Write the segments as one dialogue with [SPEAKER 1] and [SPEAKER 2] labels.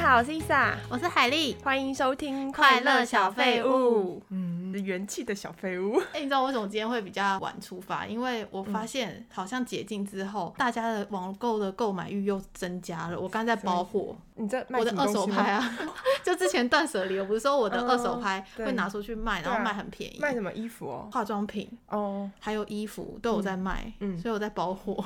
[SPEAKER 1] 好，我是伊莎，
[SPEAKER 2] 我是海丽。
[SPEAKER 1] 欢迎收听《
[SPEAKER 2] 快乐小废物》。
[SPEAKER 1] 嗯，元气的小废物。
[SPEAKER 2] 哎、你知道我为什么今天会比较晚出发？因为我
[SPEAKER 1] 嗯
[SPEAKER 2] 发现好像解禁之后，大家的网购的购买欲又增加了。我刚在包货，
[SPEAKER 1] 你这卖
[SPEAKER 2] 我的
[SPEAKER 1] 什么
[SPEAKER 2] 二
[SPEAKER 1] 东
[SPEAKER 2] 手
[SPEAKER 1] 西吗
[SPEAKER 2] 拍，啊，就之前断舍离，我不是说我的
[SPEAKER 1] 嗯
[SPEAKER 2] 二手拍
[SPEAKER 1] 对
[SPEAKER 2] 会拿出去卖，
[SPEAKER 1] 对
[SPEAKER 2] 然
[SPEAKER 1] 啊
[SPEAKER 2] 后卖很便宜，
[SPEAKER 1] 卖什么衣服哦？
[SPEAKER 2] 化妆品
[SPEAKER 1] 哦，
[SPEAKER 2] 还有衣服都有在卖，
[SPEAKER 1] 嗯嗯
[SPEAKER 2] 所以我在包货，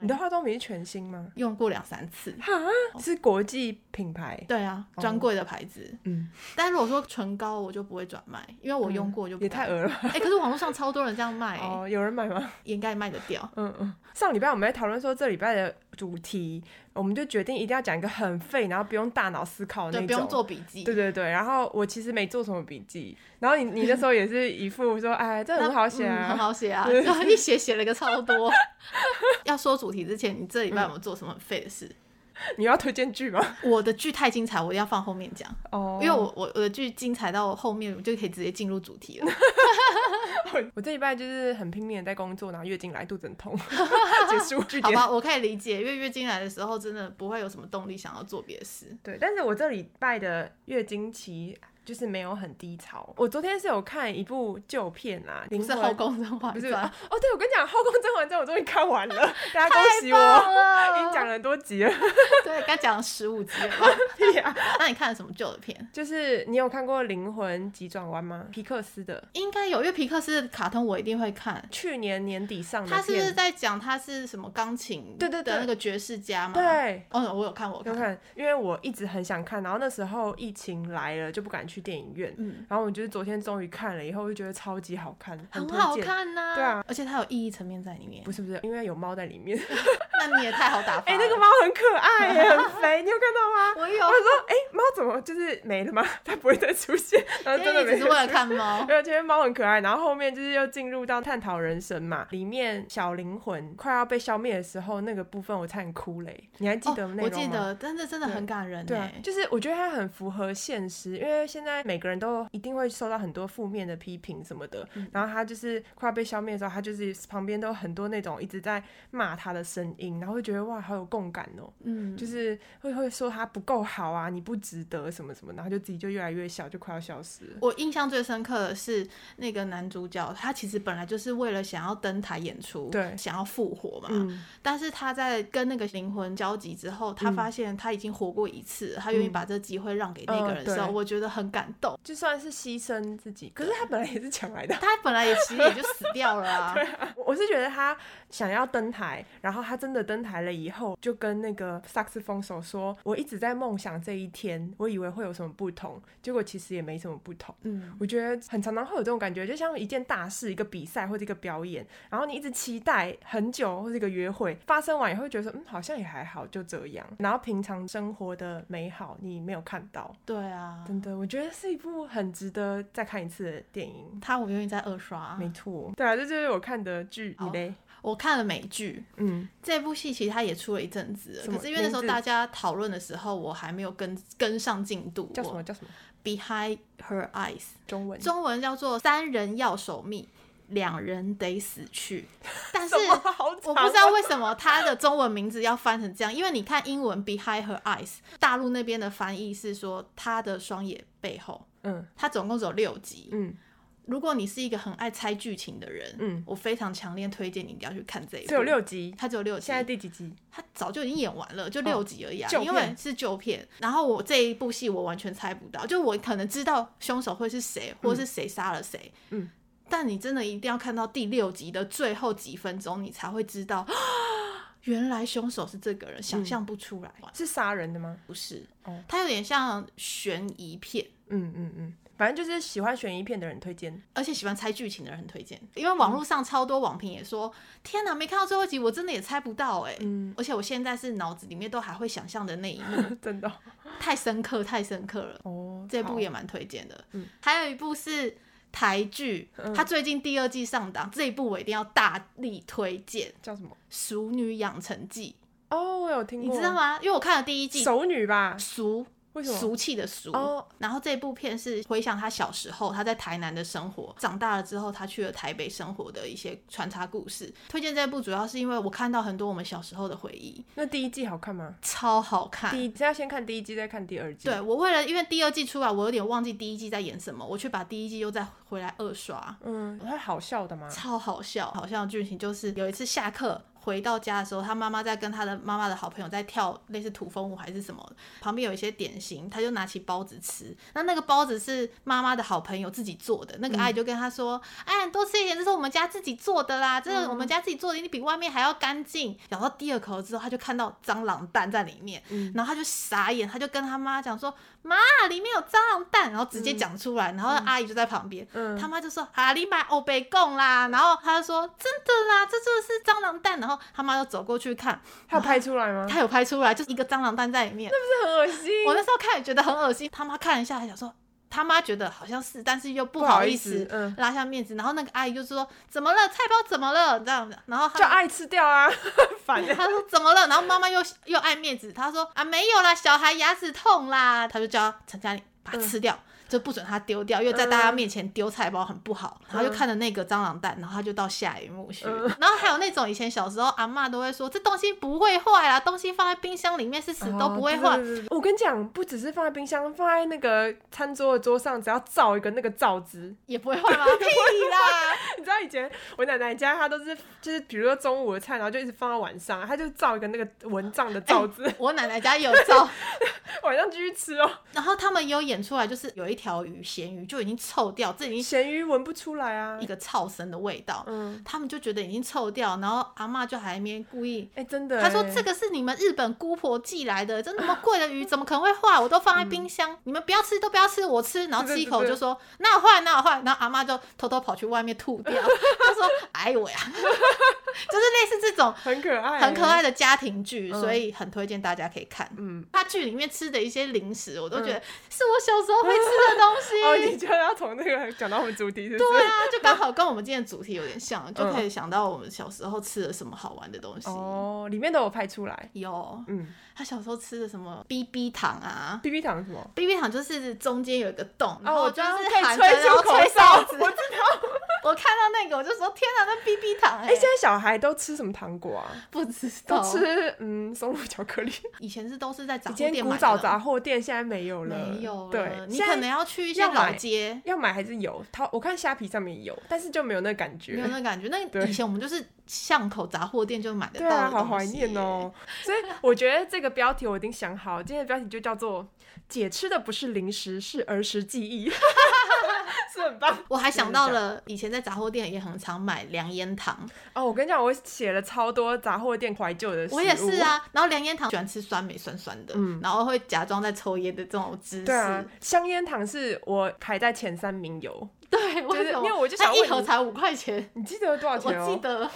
[SPEAKER 1] 你的化妆品是全新吗？
[SPEAKER 2] 用过两三次。
[SPEAKER 1] 哈，哦是国际品牌。
[SPEAKER 2] 对啊，专柜的牌子。
[SPEAKER 1] 嗯，
[SPEAKER 2] 但如果说唇膏，我就不会转卖，因为我用过就不
[SPEAKER 1] 嗯也太恶了吧。
[SPEAKER 2] 哎、可是网络上超多人这样卖、欸，
[SPEAKER 1] 哦，有人买吗？
[SPEAKER 2] 也应该卖得掉。
[SPEAKER 1] 嗯嗯。上礼拜我们在讨论说这礼拜的主题，我们就决定一定要讲一个很废，然后不用大脑思考的
[SPEAKER 2] 对，
[SPEAKER 1] 那
[SPEAKER 2] 不用
[SPEAKER 1] 种。
[SPEAKER 2] 做笔记。
[SPEAKER 1] 对对对，然后我其实没做什么笔记，然后你你那时候也是一副说，哎，这很
[SPEAKER 2] 那
[SPEAKER 1] 好写
[SPEAKER 2] 嗯很
[SPEAKER 1] 啊，
[SPEAKER 2] 好写啊，然后 一写写了个超多。要说主题之前，你这礼
[SPEAKER 1] 嗯
[SPEAKER 2] 拜有没有做什么很废的事？
[SPEAKER 1] 你要推荐剧吗？
[SPEAKER 2] 我的剧太精彩，我一定要放后面讲，
[SPEAKER 1] 哦
[SPEAKER 2] 因为我我我的剧精彩到后面，我就可以直接进入主题 了。
[SPEAKER 1] 我这礼拜就是很拼命的在工作，然后月经来，肚子很痛， 结束据
[SPEAKER 2] 好
[SPEAKER 1] 点。
[SPEAKER 2] 吧，我可以理解，因为月经来的时候真的不会有什么动力想要做别的事。
[SPEAKER 1] 对，但是我这礼拜的月经期就是没有很低潮。我昨天是有看一部旧片啊，
[SPEAKER 2] 不
[SPEAKER 1] 灵
[SPEAKER 2] 是
[SPEAKER 1] 魂
[SPEAKER 2] 后宫甄嬛
[SPEAKER 1] 不是
[SPEAKER 2] 传
[SPEAKER 1] 啊，哦，对，我跟你讲，《后宫甄嬛传》我终于看完 了，大家恭喜我，已经
[SPEAKER 2] 我
[SPEAKER 1] 讲了很多集了。
[SPEAKER 2] 对，该讲十五集了吧？
[SPEAKER 1] 屁啊
[SPEAKER 2] 那你看了什么旧的片？
[SPEAKER 1] 就是你有看过《灵魂急转弯》吗？皮克斯的，
[SPEAKER 2] 应该有，因为皮克斯的卡通我一定会看。
[SPEAKER 1] 去年年底上的
[SPEAKER 2] 他是不是
[SPEAKER 1] 片，
[SPEAKER 2] 在讲他是什么钢琴
[SPEAKER 1] 对对对
[SPEAKER 2] 的那个爵士家嘛？
[SPEAKER 1] 对，
[SPEAKER 2] 哦，我有看，我
[SPEAKER 1] 有
[SPEAKER 2] 有看，
[SPEAKER 1] 看，因为我一直很想看，然后那时候疫情来了就不敢去电影院，
[SPEAKER 2] 嗯
[SPEAKER 1] 然后我就是昨天终于看了以后，就觉得超级好看，
[SPEAKER 2] 很
[SPEAKER 1] 推
[SPEAKER 2] 好
[SPEAKER 1] 荐。
[SPEAKER 2] 看呐、
[SPEAKER 1] 对啊，
[SPEAKER 2] 而且它有意义层面在里面
[SPEAKER 1] 不。是不是，因为有猫在里 面。
[SPEAKER 2] 那你也太好打发
[SPEAKER 1] 哎、
[SPEAKER 2] 了。
[SPEAKER 1] 那个猫很可爱耶，很肥，你有看到吗？
[SPEAKER 2] 我
[SPEAKER 1] 我
[SPEAKER 2] 有，
[SPEAKER 1] 说，哎、猫怎么就是没了吗？它不会再出现，然后真
[SPEAKER 2] 因
[SPEAKER 1] 的
[SPEAKER 2] 为
[SPEAKER 1] 没
[SPEAKER 2] 你只是
[SPEAKER 1] 有
[SPEAKER 2] 为了看 猫
[SPEAKER 1] 没。有，今天猫很可爱，然后后面就是又进入到探讨人生嘛，里面小灵魂快要被消灭的时候，那个部分我差点哭嘞。你还记得
[SPEAKER 2] 哦
[SPEAKER 1] 内容吗？
[SPEAKER 2] 我记得，但是真的很感人
[SPEAKER 1] 对啊
[SPEAKER 2] 哎，。
[SPEAKER 1] 就是我觉得它很符合现实，因为现在每个人都一定会受到很多负面的批评什么的。然后他就是快要被消灭的时候，他就是旁边都有很多那种一直在骂他的声音，然后会觉得哇，好有共感哦，
[SPEAKER 2] 嗯，
[SPEAKER 1] 就是会会说他不够好啊，你不值得什么什么，然后就自己就越来越小，就快要消失了。
[SPEAKER 2] 我印象最深刻的是那个男主角，他其实本来就是为了想要登台演出，
[SPEAKER 1] 对
[SPEAKER 2] 想要复活嘛。
[SPEAKER 1] 嗯，
[SPEAKER 2] 但是他在跟那个灵魂交集之后，他
[SPEAKER 1] 嗯
[SPEAKER 2] 发现他已经活过一次了，他愿意把这机会让给那个人的时候，
[SPEAKER 1] 嗯对
[SPEAKER 2] 我觉得很感动。
[SPEAKER 1] 就算是牺牲自己，可是他本来也是抢来的。
[SPEAKER 2] 他本来也其实也就死掉 了啊。
[SPEAKER 1] 我我是觉得他想要登台，然后他真的登台了以后，就跟那个萨克斯风手说：“我一直在梦想这一天，我以为会有什么不同，结果其实也没什么不同。”
[SPEAKER 2] 嗯，
[SPEAKER 1] 我觉得很常常会有这种感觉，就像一件大事、一个比赛或者一个表演，然后你一直期待很久，或者一个约会发生完以后，觉得说嗯，好像也还好，就这样。然后平常生活的美好你没有看到，
[SPEAKER 2] 对啊，
[SPEAKER 1] 真的，我觉得是一部很值得再看一次的电影。
[SPEAKER 2] 他我愿意再二刷。
[SPEAKER 1] 没错，对啊，这就是我看的剧。你
[SPEAKER 2] 好
[SPEAKER 1] 嘞？
[SPEAKER 2] 我看了美剧
[SPEAKER 1] 嗯，
[SPEAKER 2] 这部戏，其实它也出了一阵子
[SPEAKER 1] 什
[SPEAKER 2] 了，
[SPEAKER 1] 么
[SPEAKER 2] 可是因为那时候
[SPEAKER 1] 名字
[SPEAKER 2] 大家讨论的时候，我还没有跟跟上进度。
[SPEAKER 1] 叫什
[SPEAKER 2] 我
[SPEAKER 1] 么叫哎什么
[SPEAKER 2] ？Behind Her Eyes，
[SPEAKER 1] 中文？
[SPEAKER 2] 中文叫做《三人要守密，两人得死去》，但是
[SPEAKER 1] 什么好长
[SPEAKER 2] 我不知道为什么它的中文名字要翻成这样，因为你看英文 Behind Her Eyes，大陆那边的翻译是说她的双眼背后。
[SPEAKER 1] 嗯
[SPEAKER 2] 它总共只有六集。
[SPEAKER 1] 嗯，
[SPEAKER 2] 如果你是一个很爱猜剧情的人，
[SPEAKER 1] 嗯，
[SPEAKER 2] 我非常强烈推荐你一定要去看这一部。
[SPEAKER 1] 只有，六集，
[SPEAKER 2] 它只有六集
[SPEAKER 1] 现，在第几集？
[SPEAKER 2] 它早就已经演完了，就六集而已啊。
[SPEAKER 1] 哦旧片
[SPEAKER 2] 因为是旧片，然后我这一部戏我完全猜不到，就我可能知道凶手会是谁，或是谁杀了谁，
[SPEAKER 1] 嗯。
[SPEAKER 2] 但你真的一定要看到第六集的最后几分钟，你才会知道， 啊原来凶手是这个人，想象不出来。
[SPEAKER 1] 是杀人的吗？
[SPEAKER 2] 不是
[SPEAKER 1] 嗯哦，
[SPEAKER 2] 它有点像悬疑片，
[SPEAKER 1] 嗯嗯嗯，反正就是喜欢悬疑片的人推荐。
[SPEAKER 2] 而且喜欢猜剧情的人很推荐，因为网络
[SPEAKER 1] 嗯
[SPEAKER 2] 上超多网评也说：“天哪，没看到最后一集，我真的也猜不到哎、
[SPEAKER 1] 嗯，
[SPEAKER 2] 而且我现在是脑子里面都还会想象的那一幕，
[SPEAKER 1] 真的
[SPEAKER 2] 太深刻，太深刻了。
[SPEAKER 1] 哦，
[SPEAKER 2] 这部
[SPEAKER 1] 好
[SPEAKER 2] 也蛮推荐的。
[SPEAKER 1] 嗯
[SPEAKER 2] 还有一部是台剧，它最近第二季上档，这一部我一定要大力推荐，《
[SPEAKER 1] 叫什么？
[SPEAKER 2] 熟女养成记
[SPEAKER 1] 哦，我有听》，过，
[SPEAKER 2] 你知道吗？因为我看了第一季，
[SPEAKER 1] 熟女吧？
[SPEAKER 2] 熟
[SPEAKER 1] 为什么
[SPEAKER 2] 俗气的俗。
[SPEAKER 1] 哦
[SPEAKER 2] 然后这部片是回想他小时候他在台南的生活，长大了之后他去了台北生活的一些穿插故事。推荐这部主要是因为我看到很多我们小时候的回忆，
[SPEAKER 1] 那第一季好看吗？
[SPEAKER 2] 超好看。
[SPEAKER 1] 第一要先看第一季，再看第二季。
[SPEAKER 2] 哎对，我为了因为第二季出来，我有点忘记第一季在演什么，我去把第一季又再回来二刷，
[SPEAKER 1] 嗯，它好笑的吗？
[SPEAKER 2] 超好笑。好笑的剧情就是有一次下课回到家的时候，他妈妈在跟他的妈妈的好朋友在跳类似土风舞还是什么，旁边有一些点心，他就拿起包子吃。那那个包子是妈妈的好朋友自己做的，那个
[SPEAKER 1] 嗯
[SPEAKER 2] 阿姨就跟他说：“哎，你多吃一点，这是我们家自己做的啦，这个我
[SPEAKER 1] 嗯
[SPEAKER 2] 们家自己做的，你比外面还要干净。”咬到第二口之后，他就看到蟑螂蛋在里面，
[SPEAKER 1] 嗯
[SPEAKER 2] 然后他就傻眼，他就跟他妈讲说：“妈，里面有蟑螂蛋。”然后直接讲出来，然后阿姨就在旁边，
[SPEAKER 1] 嗯
[SPEAKER 2] 他妈就说：“啊，你买欧北贡啦。”然后他就说：“真的啦，这就是蟑螂蛋。”然后他妈就走过去看，
[SPEAKER 1] 它有拍出来吗？
[SPEAKER 2] 他有拍出来，就是一个蟑螂蛋在里面。
[SPEAKER 1] 这很恶心。
[SPEAKER 2] 我那时候看也觉得很恶心，他妈看了一下，还想说。他妈觉得好像是，但是又不
[SPEAKER 1] 不好
[SPEAKER 2] 好
[SPEAKER 1] 意
[SPEAKER 2] 意
[SPEAKER 1] 思
[SPEAKER 2] 思，
[SPEAKER 1] 嗯
[SPEAKER 2] 拉下面子。然后那个阿姨就说：“怎么了，菜包怎么了？”这样子，然后他
[SPEAKER 1] 就爱吃掉啊， 烦欸。
[SPEAKER 2] 他说怎么了？然后妈妈又又爱面子，她说啊没有啦，小孩牙齿痛啦，他就叫陈嘉玲把
[SPEAKER 1] 嗯
[SPEAKER 2] 它吃掉，就不准他丢掉，因为在大家面前丢菜包很不好。
[SPEAKER 1] 嗯
[SPEAKER 2] 然后就看着那个蟑螂蛋，然后他就到下一幕去。然后还有那种以前小时候阿嬷都会说这东西不会坏啦，东西放在冰箱里面是死都不会
[SPEAKER 1] 哦
[SPEAKER 2] 坏。
[SPEAKER 1] 对对对对我跟你讲，不只是放在冰箱，放在那个餐桌的桌上，只要罩一个那个罩子。
[SPEAKER 2] 也不会坏吗？ 屁啦！
[SPEAKER 1] 你知道以前我奶奶家，她都是就是比如说中午的菜，然后就一直放到晚上，她就罩一个那个蚊帐的罩子，
[SPEAKER 2] 我奶奶家也有招，
[SPEAKER 1] 晚上继续吃哦。
[SPEAKER 2] 然后他们也有演出来，就是有一条鱼咸鱼就已经臭掉，这已经
[SPEAKER 1] 咸鱼闻不出来啊
[SPEAKER 2] 一。个超生的味道，
[SPEAKER 1] 嗯
[SPEAKER 2] 他们就觉得已经臭掉，然后阿嬷就还没故意。
[SPEAKER 1] 哎、真的欸、
[SPEAKER 2] 她说：“这个是你们日本姑婆寄来的，这那么贵 的鱼，怎么可能会坏？我都放在冰箱，你们不要吃，都不要吃，我吃。”然后吃一口
[SPEAKER 1] 嗯对对对
[SPEAKER 2] 就说：“那有坏，那有坏。”然后阿嬷就偷偷跑去外面 吐掉。她说：“哎呦喂啊！” 就是类似这种
[SPEAKER 1] 很可爱、
[SPEAKER 2] 很可。爱的家庭剧，
[SPEAKER 1] 嗯
[SPEAKER 2] 所以很推荐大家可以看。
[SPEAKER 1] 嗯，
[SPEAKER 2] 她剧里面吃的一些零食，我都觉得是我小时候会吃的东 西。
[SPEAKER 1] 哦，你觉得要从那个讲到我们主题是不
[SPEAKER 2] 对
[SPEAKER 1] 是？
[SPEAKER 2] 啊，就刚好跟我们今天的主题有 点像，就可以想到我们小时候吃了什么好玩的东西。
[SPEAKER 1] 嗯哦，里面都有拍出来。
[SPEAKER 2] 有
[SPEAKER 1] 嗯
[SPEAKER 2] 他小时候吃的什么 BB 糖啊
[SPEAKER 1] ，B B 糖是什么？
[SPEAKER 2] ，BB 糖就是中间有一个洞，然
[SPEAKER 1] 哦，
[SPEAKER 2] 后
[SPEAKER 1] 我
[SPEAKER 2] 就
[SPEAKER 1] 知
[SPEAKER 2] 是
[SPEAKER 1] 道
[SPEAKER 2] 含着
[SPEAKER 1] 可以吹
[SPEAKER 2] 然
[SPEAKER 1] 出
[SPEAKER 2] 后
[SPEAKER 1] 口
[SPEAKER 2] 吹
[SPEAKER 1] 哨
[SPEAKER 2] 哨子。
[SPEAKER 1] 我知道。
[SPEAKER 2] 我看到那个我就说天哪，那 BB 糖哎、
[SPEAKER 1] 哎、
[SPEAKER 2] 哦
[SPEAKER 1] 现在小孩都吃什么糖果啊？
[SPEAKER 2] 不知
[SPEAKER 1] 都
[SPEAKER 2] 道，
[SPEAKER 1] 吃嗯松露巧克力。
[SPEAKER 2] 以前是都是在杂
[SPEAKER 1] 以
[SPEAKER 2] 货
[SPEAKER 1] 前
[SPEAKER 2] 店
[SPEAKER 1] 古
[SPEAKER 2] 买
[SPEAKER 1] 早
[SPEAKER 2] 的，
[SPEAKER 1] 杂货店现在没有了，
[SPEAKER 2] 没有了
[SPEAKER 1] 对，
[SPEAKER 2] 你
[SPEAKER 1] 现在
[SPEAKER 2] 可能要去一些
[SPEAKER 1] 要买
[SPEAKER 2] 老街。
[SPEAKER 1] 要买还是有，淘我看虾皮上面有，但是就没有那感
[SPEAKER 2] 没有
[SPEAKER 1] 觉。
[SPEAKER 2] 那感觉，那
[SPEAKER 1] 对
[SPEAKER 2] 以前我们就是巷口杂货店就买得
[SPEAKER 1] 对
[SPEAKER 2] 到的
[SPEAKER 1] 啊，
[SPEAKER 2] 东西、
[SPEAKER 1] 好怀念。 哦！所以我觉得这个标题我已经想好，今天的标题就叫做“姐吃的不是零食，是儿时记 忆”， 是很棒
[SPEAKER 2] 我还想到了以前在杂货店也很常买凉烟糖，
[SPEAKER 1] 哦！我跟你讲，我写了超多杂货店怀旧的，
[SPEAKER 2] 我也是。啊。然后凉烟糖喜欢吃酸梅酸酸的，
[SPEAKER 1] 嗯
[SPEAKER 2] 然后会假装在抽烟的这种姿势。
[SPEAKER 1] 对啊，香烟糖是我排在前三名有，
[SPEAKER 2] 对，
[SPEAKER 1] 就是
[SPEAKER 2] 为什么？
[SPEAKER 1] 因为我就想
[SPEAKER 2] 它
[SPEAKER 1] 问
[SPEAKER 2] 一盒
[SPEAKER 1] 你
[SPEAKER 2] 才五块钱，
[SPEAKER 1] 你记得多少
[SPEAKER 2] 我
[SPEAKER 1] 钱哦？
[SPEAKER 2] 记 得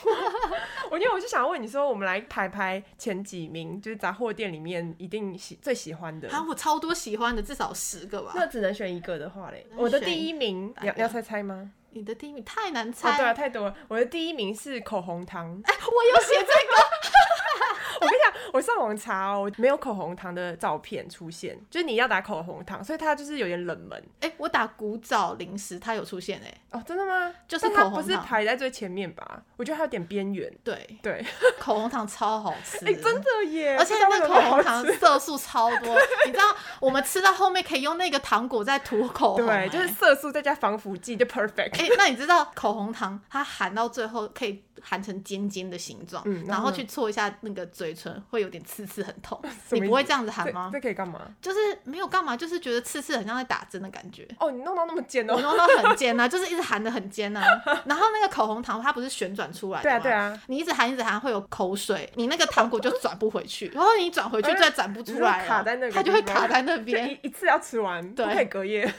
[SPEAKER 1] 我因为我就想问你说，我们来排排前几名，就是杂货店里面一定喜最喜欢的。
[SPEAKER 2] 啊，我超多喜欢的，至少十个吧。
[SPEAKER 1] 那只能选一个的话嘞，
[SPEAKER 2] 那
[SPEAKER 1] 我的
[SPEAKER 2] 选
[SPEAKER 1] 第一名，你要
[SPEAKER 2] 哪
[SPEAKER 1] 你
[SPEAKER 2] 个
[SPEAKER 1] 要猜猜吗？
[SPEAKER 2] 你的第一名太难
[SPEAKER 1] 啊，对
[SPEAKER 2] 猜，
[SPEAKER 1] 啊，太多了。我的第一名是口红糖。
[SPEAKER 2] 哎我有写这个，
[SPEAKER 1] 我跟你讲，我上网查哦，没有口红糖的照片出现，就是你要打口红糖，所以它就是有点冷门
[SPEAKER 2] 哎，我打古早零食，它有出现哎，
[SPEAKER 1] 哦。真的吗？
[SPEAKER 2] 就是
[SPEAKER 1] 但它
[SPEAKER 2] 口红
[SPEAKER 1] 不是
[SPEAKER 2] 糖
[SPEAKER 1] 排在最前面吧？我觉得它有点边缘。，
[SPEAKER 2] 对
[SPEAKER 1] 对，
[SPEAKER 2] 口红糖超好吃，
[SPEAKER 1] 哎，真。的耶！
[SPEAKER 2] 而且
[SPEAKER 1] 不知道为
[SPEAKER 2] 那
[SPEAKER 1] 什
[SPEAKER 2] 口
[SPEAKER 1] 么那么
[SPEAKER 2] 红
[SPEAKER 1] 好
[SPEAKER 2] 糖
[SPEAKER 1] 吃
[SPEAKER 2] 色素超多，你知道我们吃到后面可以用那个糖果再涂口红、哎
[SPEAKER 1] 对，就是色素再加防腐剂就 perfect。
[SPEAKER 2] 哎、那你知道口红糖它含到最后可以含成尖尖的形状，
[SPEAKER 1] 嗯然
[SPEAKER 2] 然
[SPEAKER 1] 后
[SPEAKER 2] 后
[SPEAKER 1] 呢。
[SPEAKER 2] 去搓一下那个嘴唇，会有点刺刺很痛
[SPEAKER 1] 什
[SPEAKER 2] 你
[SPEAKER 1] 么
[SPEAKER 2] 不会
[SPEAKER 1] 意思
[SPEAKER 2] 这样子含
[SPEAKER 1] 这
[SPEAKER 2] 吗？
[SPEAKER 1] 这可以干嘛？
[SPEAKER 2] 就是没有干嘛，就是觉得刺刺很像在打针的感觉。
[SPEAKER 1] 哦，你弄到那么尖哦
[SPEAKER 2] 我！弄到很尖啊，就是一直含的很尖啊。然后那个口红糖它不是旋转出来的
[SPEAKER 1] 对
[SPEAKER 2] 吗？
[SPEAKER 1] 啊对啊，
[SPEAKER 2] 你一直含一直含会有口水，你那个糖果就转不回去，然后你转回去
[SPEAKER 1] 哎
[SPEAKER 2] 再转不
[SPEAKER 1] 你
[SPEAKER 2] 出
[SPEAKER 1] 说
[SPEAKER 2] 来了，啊
[SPEAKER 1] 卡在那个
[SPEAKER 2] 它就
[SPEAKER 1] 地
[SPEAKER 2] 会
[SPEAKER 1] 方
[SPEAKER 2] 卡在那
[SPEAKER 1] 就
[SPEAKER 2] 边。
[SPEAKER 1] 一一次要吃完，不
[SPEAKER 2] 对
[SPEAKER 1] 可以隔 夜。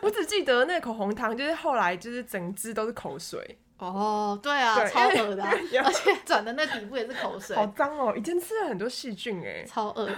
[SPEAKER 1] 我只记得那个口红糖，就是后来就是整支都是口水，
[SPEAKER 2] 哦，对啊，
[SPEAKER 1] 对因
[SPEAKER 2] 超
[SPEAKER 1] 为
[SPEAKER 2] 恶的 啊、
[SPEAKER 1] 因为
[SPEAKER 2] 而且转的那底部也是口水，
[SPEAKER 1] 好脏哦！以前吃了很多细菌 哎。
[SPEAKER 2] 超恶的，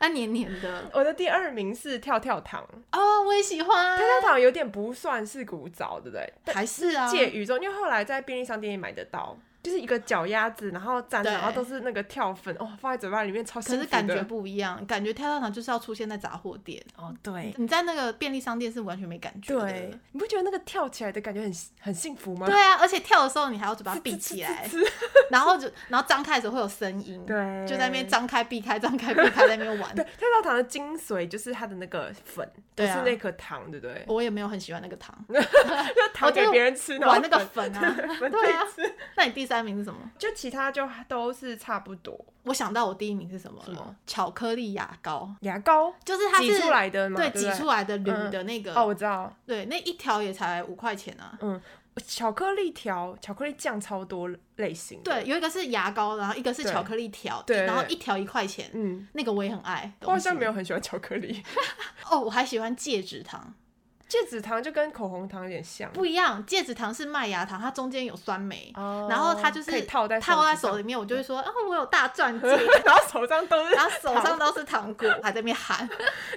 [SPEAKER 2] 那黏黏的。
[SPEAKER 1] 我的第二名是跳跳糖，
[SPEAKER 2] 哦，我也喜欢
[SPEAKER 1] 跳，跳糖有点不算是古早，对不对？
[SPEAKER 2] 还是啊，
[SPEAKER 1] 介于中，因为后来在便利商店也买得到，就是一个脚丫子，然后沾，
[SPEAKER 2] 对
[SPEAKER 1] 然后都是那个跳粉，哦，放在嘴巴里面超
[SPEAKER 2] 可
[SPEAKER 1] 幸
[SPEAKER 2] 是
[SPEAKER 1] 福
[SPEAKER 2] 感觉
[SPEAKER 1] 的。
[SPEAKER 2] 不一样，感觉跳跳糖就是要出现在杂货店，
[SPEAKER 1] 哦，对
[SPEAKER 2] 你在那个便利商店是完全没感觉的。
[SPEAKER 1] 对，你不觉得那个跳起来的感觉很很幸福吗？
[SPEAKER 2] 对啊，而且跳的时候你还要嘴巴闭
[SPEAKER 1] 吃
[SPEAKER 2] 起来，
[SPEAKER 1] 吃吃吃
[SPEAKER 2] 然后就然后张开的时候会有声音，
[SPEAKER 1] 对，
[SPEAKER 2] 就在那边。张开闭开张开闭开在那边玩
[SPEAKER 1] 对，。跳跳糖的精髓就是它的那个粉，
[SPEAKER 2] 对啊哦
[SPEAKER 1] 不是那颗糖，对不对？
[SPEAKER 2] 我也没有很喜欢那个糖，
[SPEAKER 1] 就糖给别人吃，然后
[SPEAKER 2] 玩那个粉 啊。
[SPEAKER 1] 粉自
[SPEAKER 2] 对啊
[SPEAKER 1] 己吃。
[SPEAKER 2] 那你第三名是什么？
[SPEAKER 1] 就其他就都是差不多。
[SPEAKER 2] 我想到我第一名是什么了？
[SPEAKER 1] 什么
[SPEAKER 2] 巧克力牙膏，
[SPEAKER 1] 牙膏
[SPEAKER 2] 就是它
[SPEAKER 1] 挤
[SPEAKER 2] 是
[SPEAKER 1] 出来的嘛，
[SPEAKER 2] 对
[SPEAKER 1] 不
[SPEAKER 2] 挤出来的铝
[SPEAKER 1] 嗯
[SPEAKER 2] 的那个，
[SPEAKER 1] 哦，我知道，
[SPEAKER 2] 对，那一条也才五块钱啊。
[SPEAKER 1] 嗯，巧克力条、巧克力酱超多类型。
[SPEAKER 2] 对，，有一个是牙膏，然后一个是
[SPEAKER 1] 对
[SPEAKER 2] 巧克力条，
[SPEAKER 1] 对对
[SPEAKER 2] 然后
[SPEAKER 1] 对
[SPEAKER 2] 一条一块钱，
[SPEAKER 1] 嗯，
[SPEAKER 2] 那个我也很爱。
[SPEAKER 1] 我好像没
[SPEAKER 2] 有
[SPEAKER 1] 有很喜欢巧克力。
[SPEAKER 2] 哦，我还喜欢戒指糖，
[SPEAKER 1] 戒指糖就跟口红糖有点像，
[SPEAKER 2] 不一样，戒指糖是麦芽糖，它中间有酸梅，
[SPEAKER 1] 哦
[SPEAKER 2] 然后它就是
[SPEAKER 1] 可以套在
[SPEAKER 2] 套在
[SPEAKER 1] 手
[SPEAKER 2] 手
[SPEAKER 1] 指
[SPEAKER 2] 里面，我就会说，哦，我有大钻 戒，
[SPEAKER 1] 上， 然后手上都是
[SPEAKER 2] 然。后手上都是糖果，还在那边喊，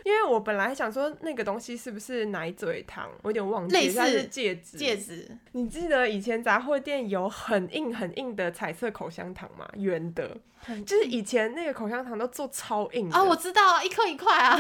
[SPEAKER 1] 因为我本来想说那个东西是不是奶嘴糖，我有点忘记，
[SPEAKER 2] 类似
[SPEAKER 1] 它是戒指。
[SPEAKER 2] 戒指，
[SPEAKER 1] 你记得以前杂货店有很硬很硬的彩色口香糖吗？圆的，就是以前那个口香糖都做超硬的
[SPEAKER 2] 哦，我知道啊，一颗一块 啊，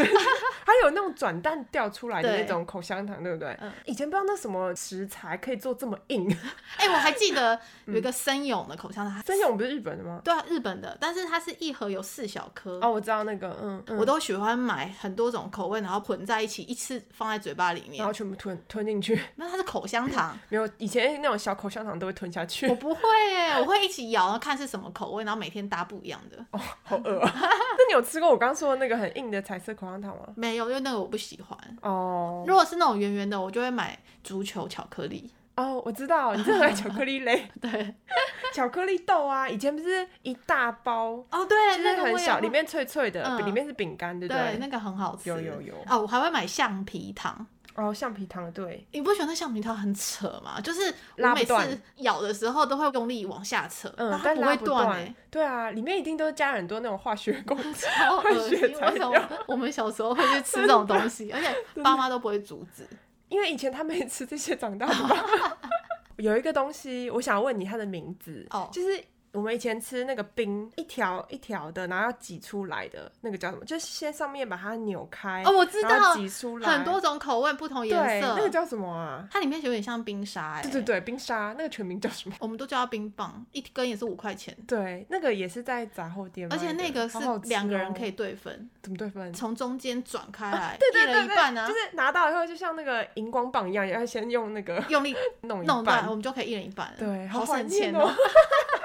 [SPEAKER 1] 还有那种转蛋掉出来的
[SPEAKER 2] 对
[SPEAKER 1] 那种口香糖，对不对？
[SPEAKER 2] 嗯
[SPEAKER 1] 以前不知道那什么食材可以做这么硬。
[SPEAKER 2] 哎，我还记得有
[SPEAKER 1] 嗯
[SPEAKER 2] 一个森永的口香糖，
[SPEAKER 1] 森永不是日本的吗？
[SPEAKER 2] 对啊，日本的，但是它是一盒有四小颗，
[SPEAKER 1] 哦，我知道那个，嗯，嗯
[SPEAKER 2] 我都喜欢买很多种口味，然后混在一起，一次放在嘴巴里面
[SPEAKER 1] 然后。全部吞吞进去，
[SPEAKER 2] 那它是口香糖，
[SPEAKER 1] 没有以前那种小口香糖都会吞下去
[SPEAKER 2] 我，不会耶，我会一起咬，然后看是什么口味，然后每天搭不一样的。
[SPEAKER 1] 好饿、啊。 那你有吃过我刚刚说的那个很硬的彩色口香糖吗？
[SPEAKER 2] 没有，因为那个我不喜欢。
[SPEAKER 1] 哦
[SPEAKER 2] 如果是那种圆圆的，我就会买足球巧克力。
[SPEAKER 1] 哦，我知道，你这个巧克力类，
[SPEAKER 2] 对，
[SPEAKER 1] 巧克力豆啊，以前不是一大包，
[SPEAKER 2] 哦
[SPEAKER 1] 就，
[SPEAKER 2] 对
[SPEAKER 1] 是
[SPEAKER 2] 那个我
[SPEAKER 1] 很
[SPEAKER 2] 也
[SPEAKER 1] 小，
[SPEAKER 2] 会
[SPEAKER 1] 里面脆脆的，
[SPEAKER 2] 嗯
[SPEAKER 1] 里面是饼干，对不
[SPEAKER 2] 对
[SPEAKER 1] 对？
[SPEAKER 2] 那个很好吃。
[SPEAKER 1] 有有有
[SPEAKER 2] 哦，我还会买橡皮糖。
[SPEAKER 1] 哦，橡皮糖，对，
[SPEAKER 2] 你不觉得那橡皮糖很扯吗？就是我
[SPEAKER 1] 拉不
[SPEAKER 2] 每次
[SPEAKER 1] 断
[SPEAKER 2] 咬的时候都会用力往下扯，
[SPEAKER 1] 嗯
[SPEAKER 2] 然，后它
[SPEAKER 1] 但
[SPEAKER 2] 不
[SPEAKER 1] 拉
[SPEAKER 2] 会
[SPEAKER 1] 不
[SPEAKER 2] 断哎
[SPEAKER 1] 断，，对啊，里面一定都加了很多那种化学 工程。
[SPEAKER 2] 好恶心！
[SPEAKER 1] 学
[SPEAKER 2] 为
[SPEAKER 1] 材
[SPEAKER 2] 什么我们小时候会去吃这种东 西，而且爸妈都不会阻止？
[SPEAKER 1] 因为以前他们也吃这些长大的吧。 有一个东西，我想问你它的名字，
[SPEAKER 2] 哦
[SPEAKER 1] 就是我们以前吃那个冰，一条一条的，然后要挤出来的那个叫什么？就是先上面把它扭开，
[SPEAKER 2] 哦，我知
[SPEAKER 1] 然
[SPEAKER 2] 道
[SPEAKER 1] 后，挤出来，
[SPEAKER 2] 很多种口味，不同
[SPEAKER 1] 对，
[SPEAKER 2] 颜
[SPEAKER 1] 那个
[SPEAKER 2] 色，
[SPEAKER 1] 叫什么啊？
[SPEAKER 2] 它里面有点像冰沙哎。
[SPEAKER 1] 对对，对，冰沙，那个全名叫什么？
[SPEAKER 2] 我们都叫它冰棒，一根也是五块钱。
[SPEAKER 1] 对，那个也是在杂货店卖
[SPEAKER 2] 而
[SPEAKER 1] 的，
[SPEAKER 2] 且那个是
[SPEAKER 1] 好好吃哦
[SPEAKER 2] 两个人可
[SPEAKER 1] 以
[SPEAKER 2] 以对分，
[SPEAKER 1] 怎么对分？
[SPEAKER 2] 从中间转开来，
[SPEAKER 1] 啊对对
[SPEAKER 2] 一人
[SPEAKER 1] 对
[SPEAKER 2] 一
[SPEAKER 1] 对
[SPEAKER 2] 半啊
[SPEAKER 1] 就，是拿到以后，就像那个荧光棒一样，要先用那个
[SPEAKER 2] 用力
[SPEAKER 1] 弄一
[SPEAKER 2] 弄断，
[SPEAKER 1] 半
[SPEAKER 2] 我。们就可以一人一半了。
[SPEAKER 1] 对，
[SPEAKER 2] 好
[SPEAKER 1] 怀
[SPEAKER 2] 省
[SPEAKER 1] 念
[SPEAKER 2] 钱
[SPEAKER 1] 哦！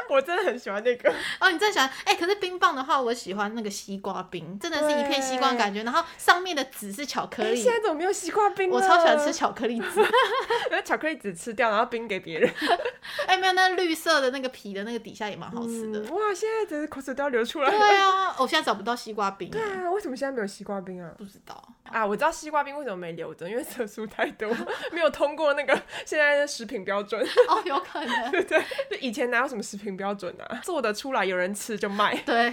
[SPEAKER 1] 我真的很喜欢那个。
[SPEAKER 2] 哦，你真的喜欢？哎、可是冰棒的话，我喜欢那个西瓜冰，真的是一片西瓜的
[SPEAKER 1] 对
[SPEAKER 2] 感觉，然后上面的籽是巧克
[SPEAKER 1] 哎，
[SPEAKER 2] 力
[SPEAKER 1] 现，在怎么没有西瓜冰？
[SPEAKER 2] 我超喜欢吃，巧克力籽。
[SPEAKER 1] 然后巧克力籽吃掉，然后冰给别人，
[SPEAKER 2] 哎、没有，那绿色的那个皮的那个底下也蛮好吃的。
[SPEAKER 1] 嗯哇，现在真是口水都要流出来了。
[SPEAKER 2] 对啊，我现在找不到西瓜冰，
[SPEAKER 1] 对啊，为什么现在没有西瓜冰啊？
[SPEAKER 2] 不知道。
[SPEAKER 1] 啊，我知道西瓜冰为什么没留着，因为色素太多， 没有通过那个 现在的食品标准，
[SPEAKER 2] 哦，有可能。
[SPEAKER 1] 对不对？就以前哪有什么食品标准啊？做得出来有人吃就卖。
[SPEAKER 2] 对，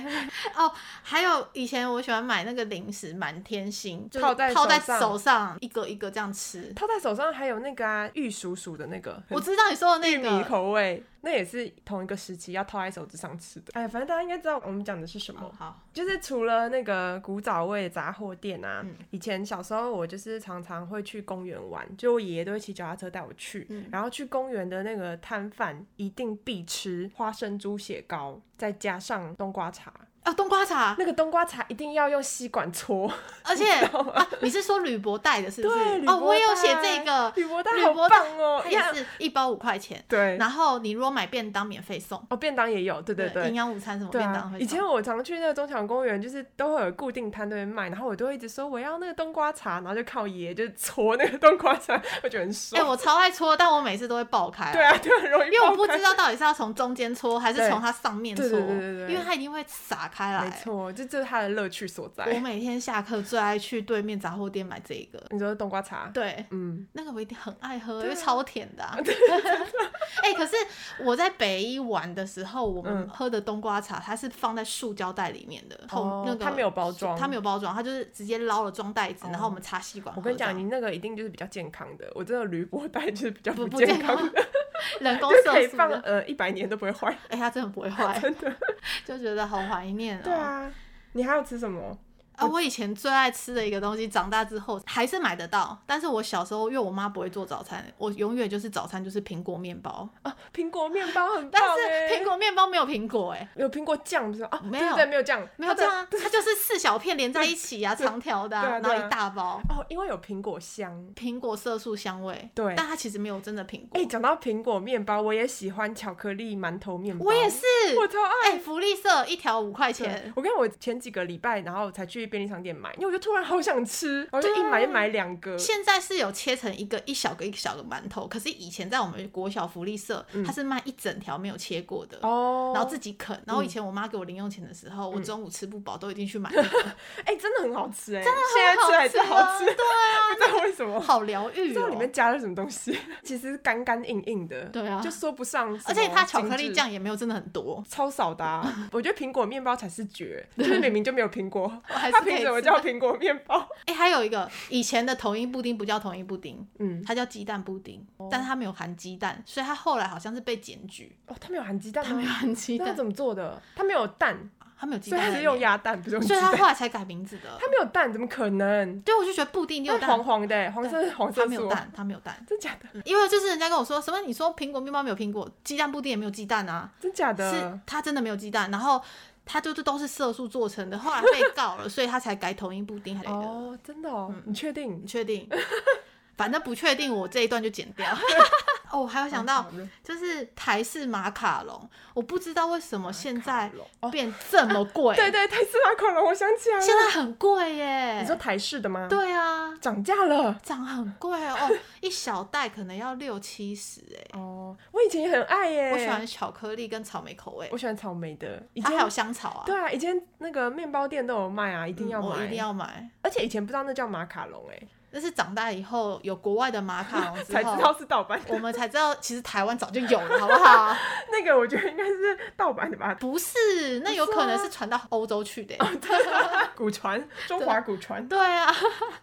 [SPEAKER 2] 哦，还有以前我喜欢买那个零食满天星，就是
[SPEAKER 1] 套在
[SPEAKER 2] 套在
[SPEAKER 1] 手上
[SPEAKER 2] 手上，一个一个这样吃。
[SPEAKER 1] 套在手上还有那个啊，玉蜀黍的那个，
[SPEAKER 2] 我知道你说的
[SPEAKER 1] 玉
[SPEAKER 2] 那
[SPEAKER 1] 米
[SPEAKER 2] 个，哦
[SPEAKER 1] 口味，那也是同一个时期要套在手指上吃的。哎，反正大家应该知道我们讲的是什么。
[SPEAKER 2] 哦，好，
[SPEAKER 1] 就是除了那个古早味的杂货店啊，
[SPEAKER 2] 嗯
[SPEAKER 1] 以前小时候我就是常常会去公园玩，就我爷爷都会骑脚踏车带我去，
[SPEAKER 2] 嗯
[SPEAKER 1] 然后去公园的那个摊贩一定必吃花生猪血糕，再加上冬瓜茶。
[SPEAKER 2] 啊，冬瓜茶，
[SPEAKER 1] 那个冬瓜茶一定要用吸管搓，
[SPEAKER 2] 而且 啊，你是说铝箔袋的，是不是？
[SPEAKER 1] 对，铝
[SPEAKER 2] 哦，
[SPEAKER 1] 箔
[SPEAKER 2] 我也有写
[SPEAKER 1] 带
[SPEAKER 2] 这 个，
[SPEAKER 1] 铝箔袋
[SPEAKER 2] 铝
[SPEAKER 1] 好
[SPEAKER 2] 箔
[SPEAKER 1] 棒哦，
[SPEAKER 2] 它
[SPEAKER 1] 一样
[SPEAKER 2] 也是一包五块钱，
[SPEAKER 1] 对，
[SPEAKER 2] 然后你如果买便当免费送，
[SPEAKER 1] 哦，便当也有，对对对
[SPEAKER 2] 营，养午餐什么
[SPEAKER 1] 对
[SPEAKER 2] 便当
[SPEAKER 1] 啊，
[SPEAKER 2] 会
[SPEAKER 1] 以
[SPEAKER 2] 送。
[SPEAKER 1] 前我常去那个中场公园，就是都会有固定摊那边卖，然后我都会一直说我要那个冬瓜茶，然后就看我爷爷就是搓那个冬瓜茶，我觉得很
[SPEAKER 2] 哎、
[SPEAKER 1] 爽。
[SPEAKER 2] 我超爱搓，哎但我每次都会爆开、
[SPEAKER 1] 对啊，就很容易爆开，
[SPEAKER 2] 因为我不知道到底是要从中间搓还是
[SPEAKER 1] 对
[SPEAKER 2] 从它上面搓，
[SPEAKER 1] 对对对对对
[SPEAKER 2] 因为它一定会洒开
[SPEAKER 1] 没
[SPEAKER 2] 来。
[SPEAKER 1] 错，这就是它的乐趣所
[SPEAKER 2] 我
[SPEAKER 1] 在。
[SPEAKER 2] 每天下课最爱去对面杂货店买这个，
[SPEAKER 1] 你说冬瓜茶，
[SPEAKER 2] 对，
[SPEAKER 1] 嗯，
[SPEAKER 2] 那个我一定很爱喝，因
[SPEAKER 1] 对啊
[SPEAKER 2] 为超甜的、啊。哎、可是我在北一玩的时候，我们
[SPEAKER 1] 嗯
[SPEAKER 2] 喝的冬瓜茶它是放在塑胶袋里面的，后、
[SPEAKER 1] 哦
[SPEAKER 2] 那个
[SPEAKER 1] 它没有包装
[SPEAKER 2] 它没有包装，它就是直接捞了装袋子，
[SPEAKER 1] 哦
[SPEAKER 2] 然后我们插吸管喝
[SPEAKER 1] 我跟你
[SPEAKER 2] 这样。
[SPEAKER 1] 讲，你那个一定就是比较健康的。我真的铝箔袋就是比较
[SPEAKER 2] 不不
[SPEAKER 1] 健
[SPEAKER 2] 健康
[SPEAKER 1] 的，
[SPEAKER 2] 人 工
[SPEAKER 1] 就可
[SPEAKER 2] 色
[SPEAKER 1] 以
[SPEAKER 2] 素
[SPEAKER 1] 放
[SPEAKER 2] 的。
[SPEAKER 1] 呃一百年都不会 坏。
[SPEAKER 2] 哎、它真的不会坏，
[SPEAKER 1] 真的。
[SPEAKER 2] 就觉得好怀念哦。
[SPEAKER 1] 对啊，你还要吃什么？
[SPEAKER 2] 啊，我以前最爱吃的一个东西，长大之后还是买得到，但是我小时候因为我妈不会做早餐，我永远就是早餐就是苹果面包，
[SPEAKER 1] 啊，苹果面包很棒
[SPEAKER 2] 但是
[SPEAKER 1] 哎
[SPEAKER 2] 苹果面包没有苹果哎、
[SPEAKER 1] 有苹果酱是吗？啊，
[SPEAKER 2] 没
[SPEAKER 1] 对
[SPEAKER 2] 有
[SPEAKER 1] 对，没有酱，
[SPEAKER 2] 没有
[SPEAKER 1] 它的
[SPEAKER 2] 这样啊，它就是四小片连在一起呀、啊，
[SPEAKER 1] 对
[SPEAKER 2] 长条的、
[SPEAKER 1] 对啊对啊
[SPEAKER 2] 然后一大包。
[SPEAKER 1] 哦，因为有苹果香。
[SPEAKER 2] 苹果色素香味，
[SPEAKER 1] 对
[SPEAKER 2] 但它其实没有真的苹果。
[SPEAKER 1] 哎，讲到苹果面包，我也喜欢巧克力馒头面包。
[SPEAKER 2] 我也是，
[SPEAKER 1] 我超爱。
[SPEAKER 2] 哎、福利社一条五块钱，
[SPEAKER 1] 我跟你讲我前几个礼拜，然后才去便利商店买，因为我就突然好想吃，然后就
[SPEAKER 2] 对
[SPEAKER 1] 一买就买两个。
[SPEAKER 2] 现在是有切成一个一小个一小个馒头，可是以前在我们国小福利社，它是卖一整条没有切过的。
[SPEAKER 1] 嗯哦，
[SPEAKER 2] 啊然后自己啃，然后以前我妈给我零用钱的时候，我中午吃不饱都一定 去买那个，
[SPEAKER 1] 哎、真的很好吃哎、现在吃还是
[SPEAKER 2] 好
[SPEAKER 1] 好
[SPEAKER 2] 吃
[SPEAKER 1] 吃，
[SPEAKER 2] 啊
[SPEAKER 1] 不知道为什么，
[SPEAKER 2] 好疗
[SPEAKER 1] 不
[SPEAKER 2] 愈
[SPEAKER 1] 知道里
[SPEAKER 2] 哦
[SPEAKER 1] 面。加了什么东西，其实干干硬硬的，
[SPEAKER 2] 对啊
[SPEAKER 1] 就说不上什么
[SPEAKER 2] 而
[SPEAKER 1] 精致。
[SPEAKER 2] 且它巧克力酱也没有真的 很多，
[SPEAKER 1] 超少的、啊， 我觉得苹果面包才是绝，就是明明就没有苹果，
[SPEAKER 2] 我还是
[SPEAKER 1] 它
[SPEAKER 2] 可以
[SPEAKER 1] 凭
[SPEAKER 2] 吃
[SPEAKER 1] 什么叫苹果面包？
[SPEAKER 2] 哎、还有一个以前的统一布丁不叫统一布丁，
[SPEAKER 1] 嗯，
[SPEAKER 2] 它叫鸡蛋布丁，但是它没有含鸡蛋，所以它后来好像是被检举，
[SPEAKER 1] 哦，它没有含鸡蛋
[SPEAKER 2] 它没有
[SPEAKER 1] 吗？
[SPEAKER 2] 含鸡
[SPEAKER 1] 那它
[SPEAKER 2] 蛋，
[SPEAKER 1] 怎么做的？它没有蛋，
[SPEAKER 2] 它没有鸡
[SPEAKER 1] 所以
[SPEAKER 2] 蛋
[SPEAKER 1] 它
[SPEAKER 2] 在
[SPEAKER 1] 是
[SPEAKER 2] 里
[SPEAKER 1] 用
[SPEAKER 2] 面，
[SPEAKER 1] 鸭蛋，不是用鸡
[SPEAKER 2] 所以它
[SPEAKER 1] 蛋。
[SPEAKER 2] 后来才改名字的
[SPEAKER 1] 它。没有蛋，怎么可能？
[SPEAKER 2] 对，我就觉得布丁一定有
[SPEAKER 1] 它
[SPEAKER 2] 蛋
[SPEAKER 1] 黄，黄的欸，黄色
[SPEAKER 2] 对
[SPEAKER 1] 黄
[SPEAKER 2] 它
[SPEAKER 1] 色
[SPEAKER 2] 没有
[SPEAKER 1] 素，
[SPEAKER 2] 蛋，它没有蛋，
[SPEAKER 1] 真假的？
[SPEAKER 2] 因为就是人家跟我说什么，你说苹果面包没有苹果，鸡蛋布丁也没有鸡蛋啊，
[SPEAKER 1] 真假
[SPEAKER 2] 是
[SPEAKER 1] 的？
[SPEAKER 2] 它真的没有鸡蛋，然后它就是都是色素做成的，后 来被告了，所以它才改统一布丁还是一个，
[SPEAKER 1] 哦，真的
[SPEAKER 2] 嗯
[SPEAKER 1] 哦，你确定
[SPEAKER 2] 你？确定？ 反正不确定，我这一段就剪 掉。哦，我还有想到
[SPEAKER 1] 好的
[SPEAKER 2] 就是台式马卡龙，我不知道为什么现在
[SPEAKER 1] 马卡龙哦
[SPEAKER 2] 变这么贵，
[SPEAKER 1] 对对，台式马卡龙，我想起来了。
[SPEAKER 2] 现在很贵耶。
[SPEAKER 1] 你说台式的吗？，
[SPEAKER 2] 对啊，
[SPEAKER 1] 涨价了。
[SPEAKER 2] 涨很贵哦， 一小袋可能要六七十哎。
[SPEAKER 1] 哦，我以前也很爱耶，
[SPEAKER 2] 我喜欢，巧克力跟草莓口味
[SPEAKER 1] 我，喜欢草莓的。以
[SPEAKER 2] 它
[SPEAKER 1] 前
[SPEAKER 2] 还有香草啊，
[SPEAKER 1] 对啊，以前那个面包店都有卖啊，一定要
[SPEAKER 2] 嗯
[SPEAKER 1] 买，
[SPEAKER 2] 我一定。要买。
[SPEAKER 1] 而且以前不知道那叫马卡龙，哎，
[SPEAKER 2] 但是长大以后有国外的马卡龙之
[SPEAKER 1] 才
[SPEAKER 2] 后，
[SPEAKER 1] 知道是盗版的。
[SPEAKER 2] 我们才知道其实台湾早就有了，好不 好？
[SPEAKER 1] 那个我觉得应该是盗版的 吧，
[SPEAKER 2] 不是，那有可能是传到欧洲去的、欸
[SPEAKER 1] 哦古传，中华古传。
[SPEAKER 2] 对啊，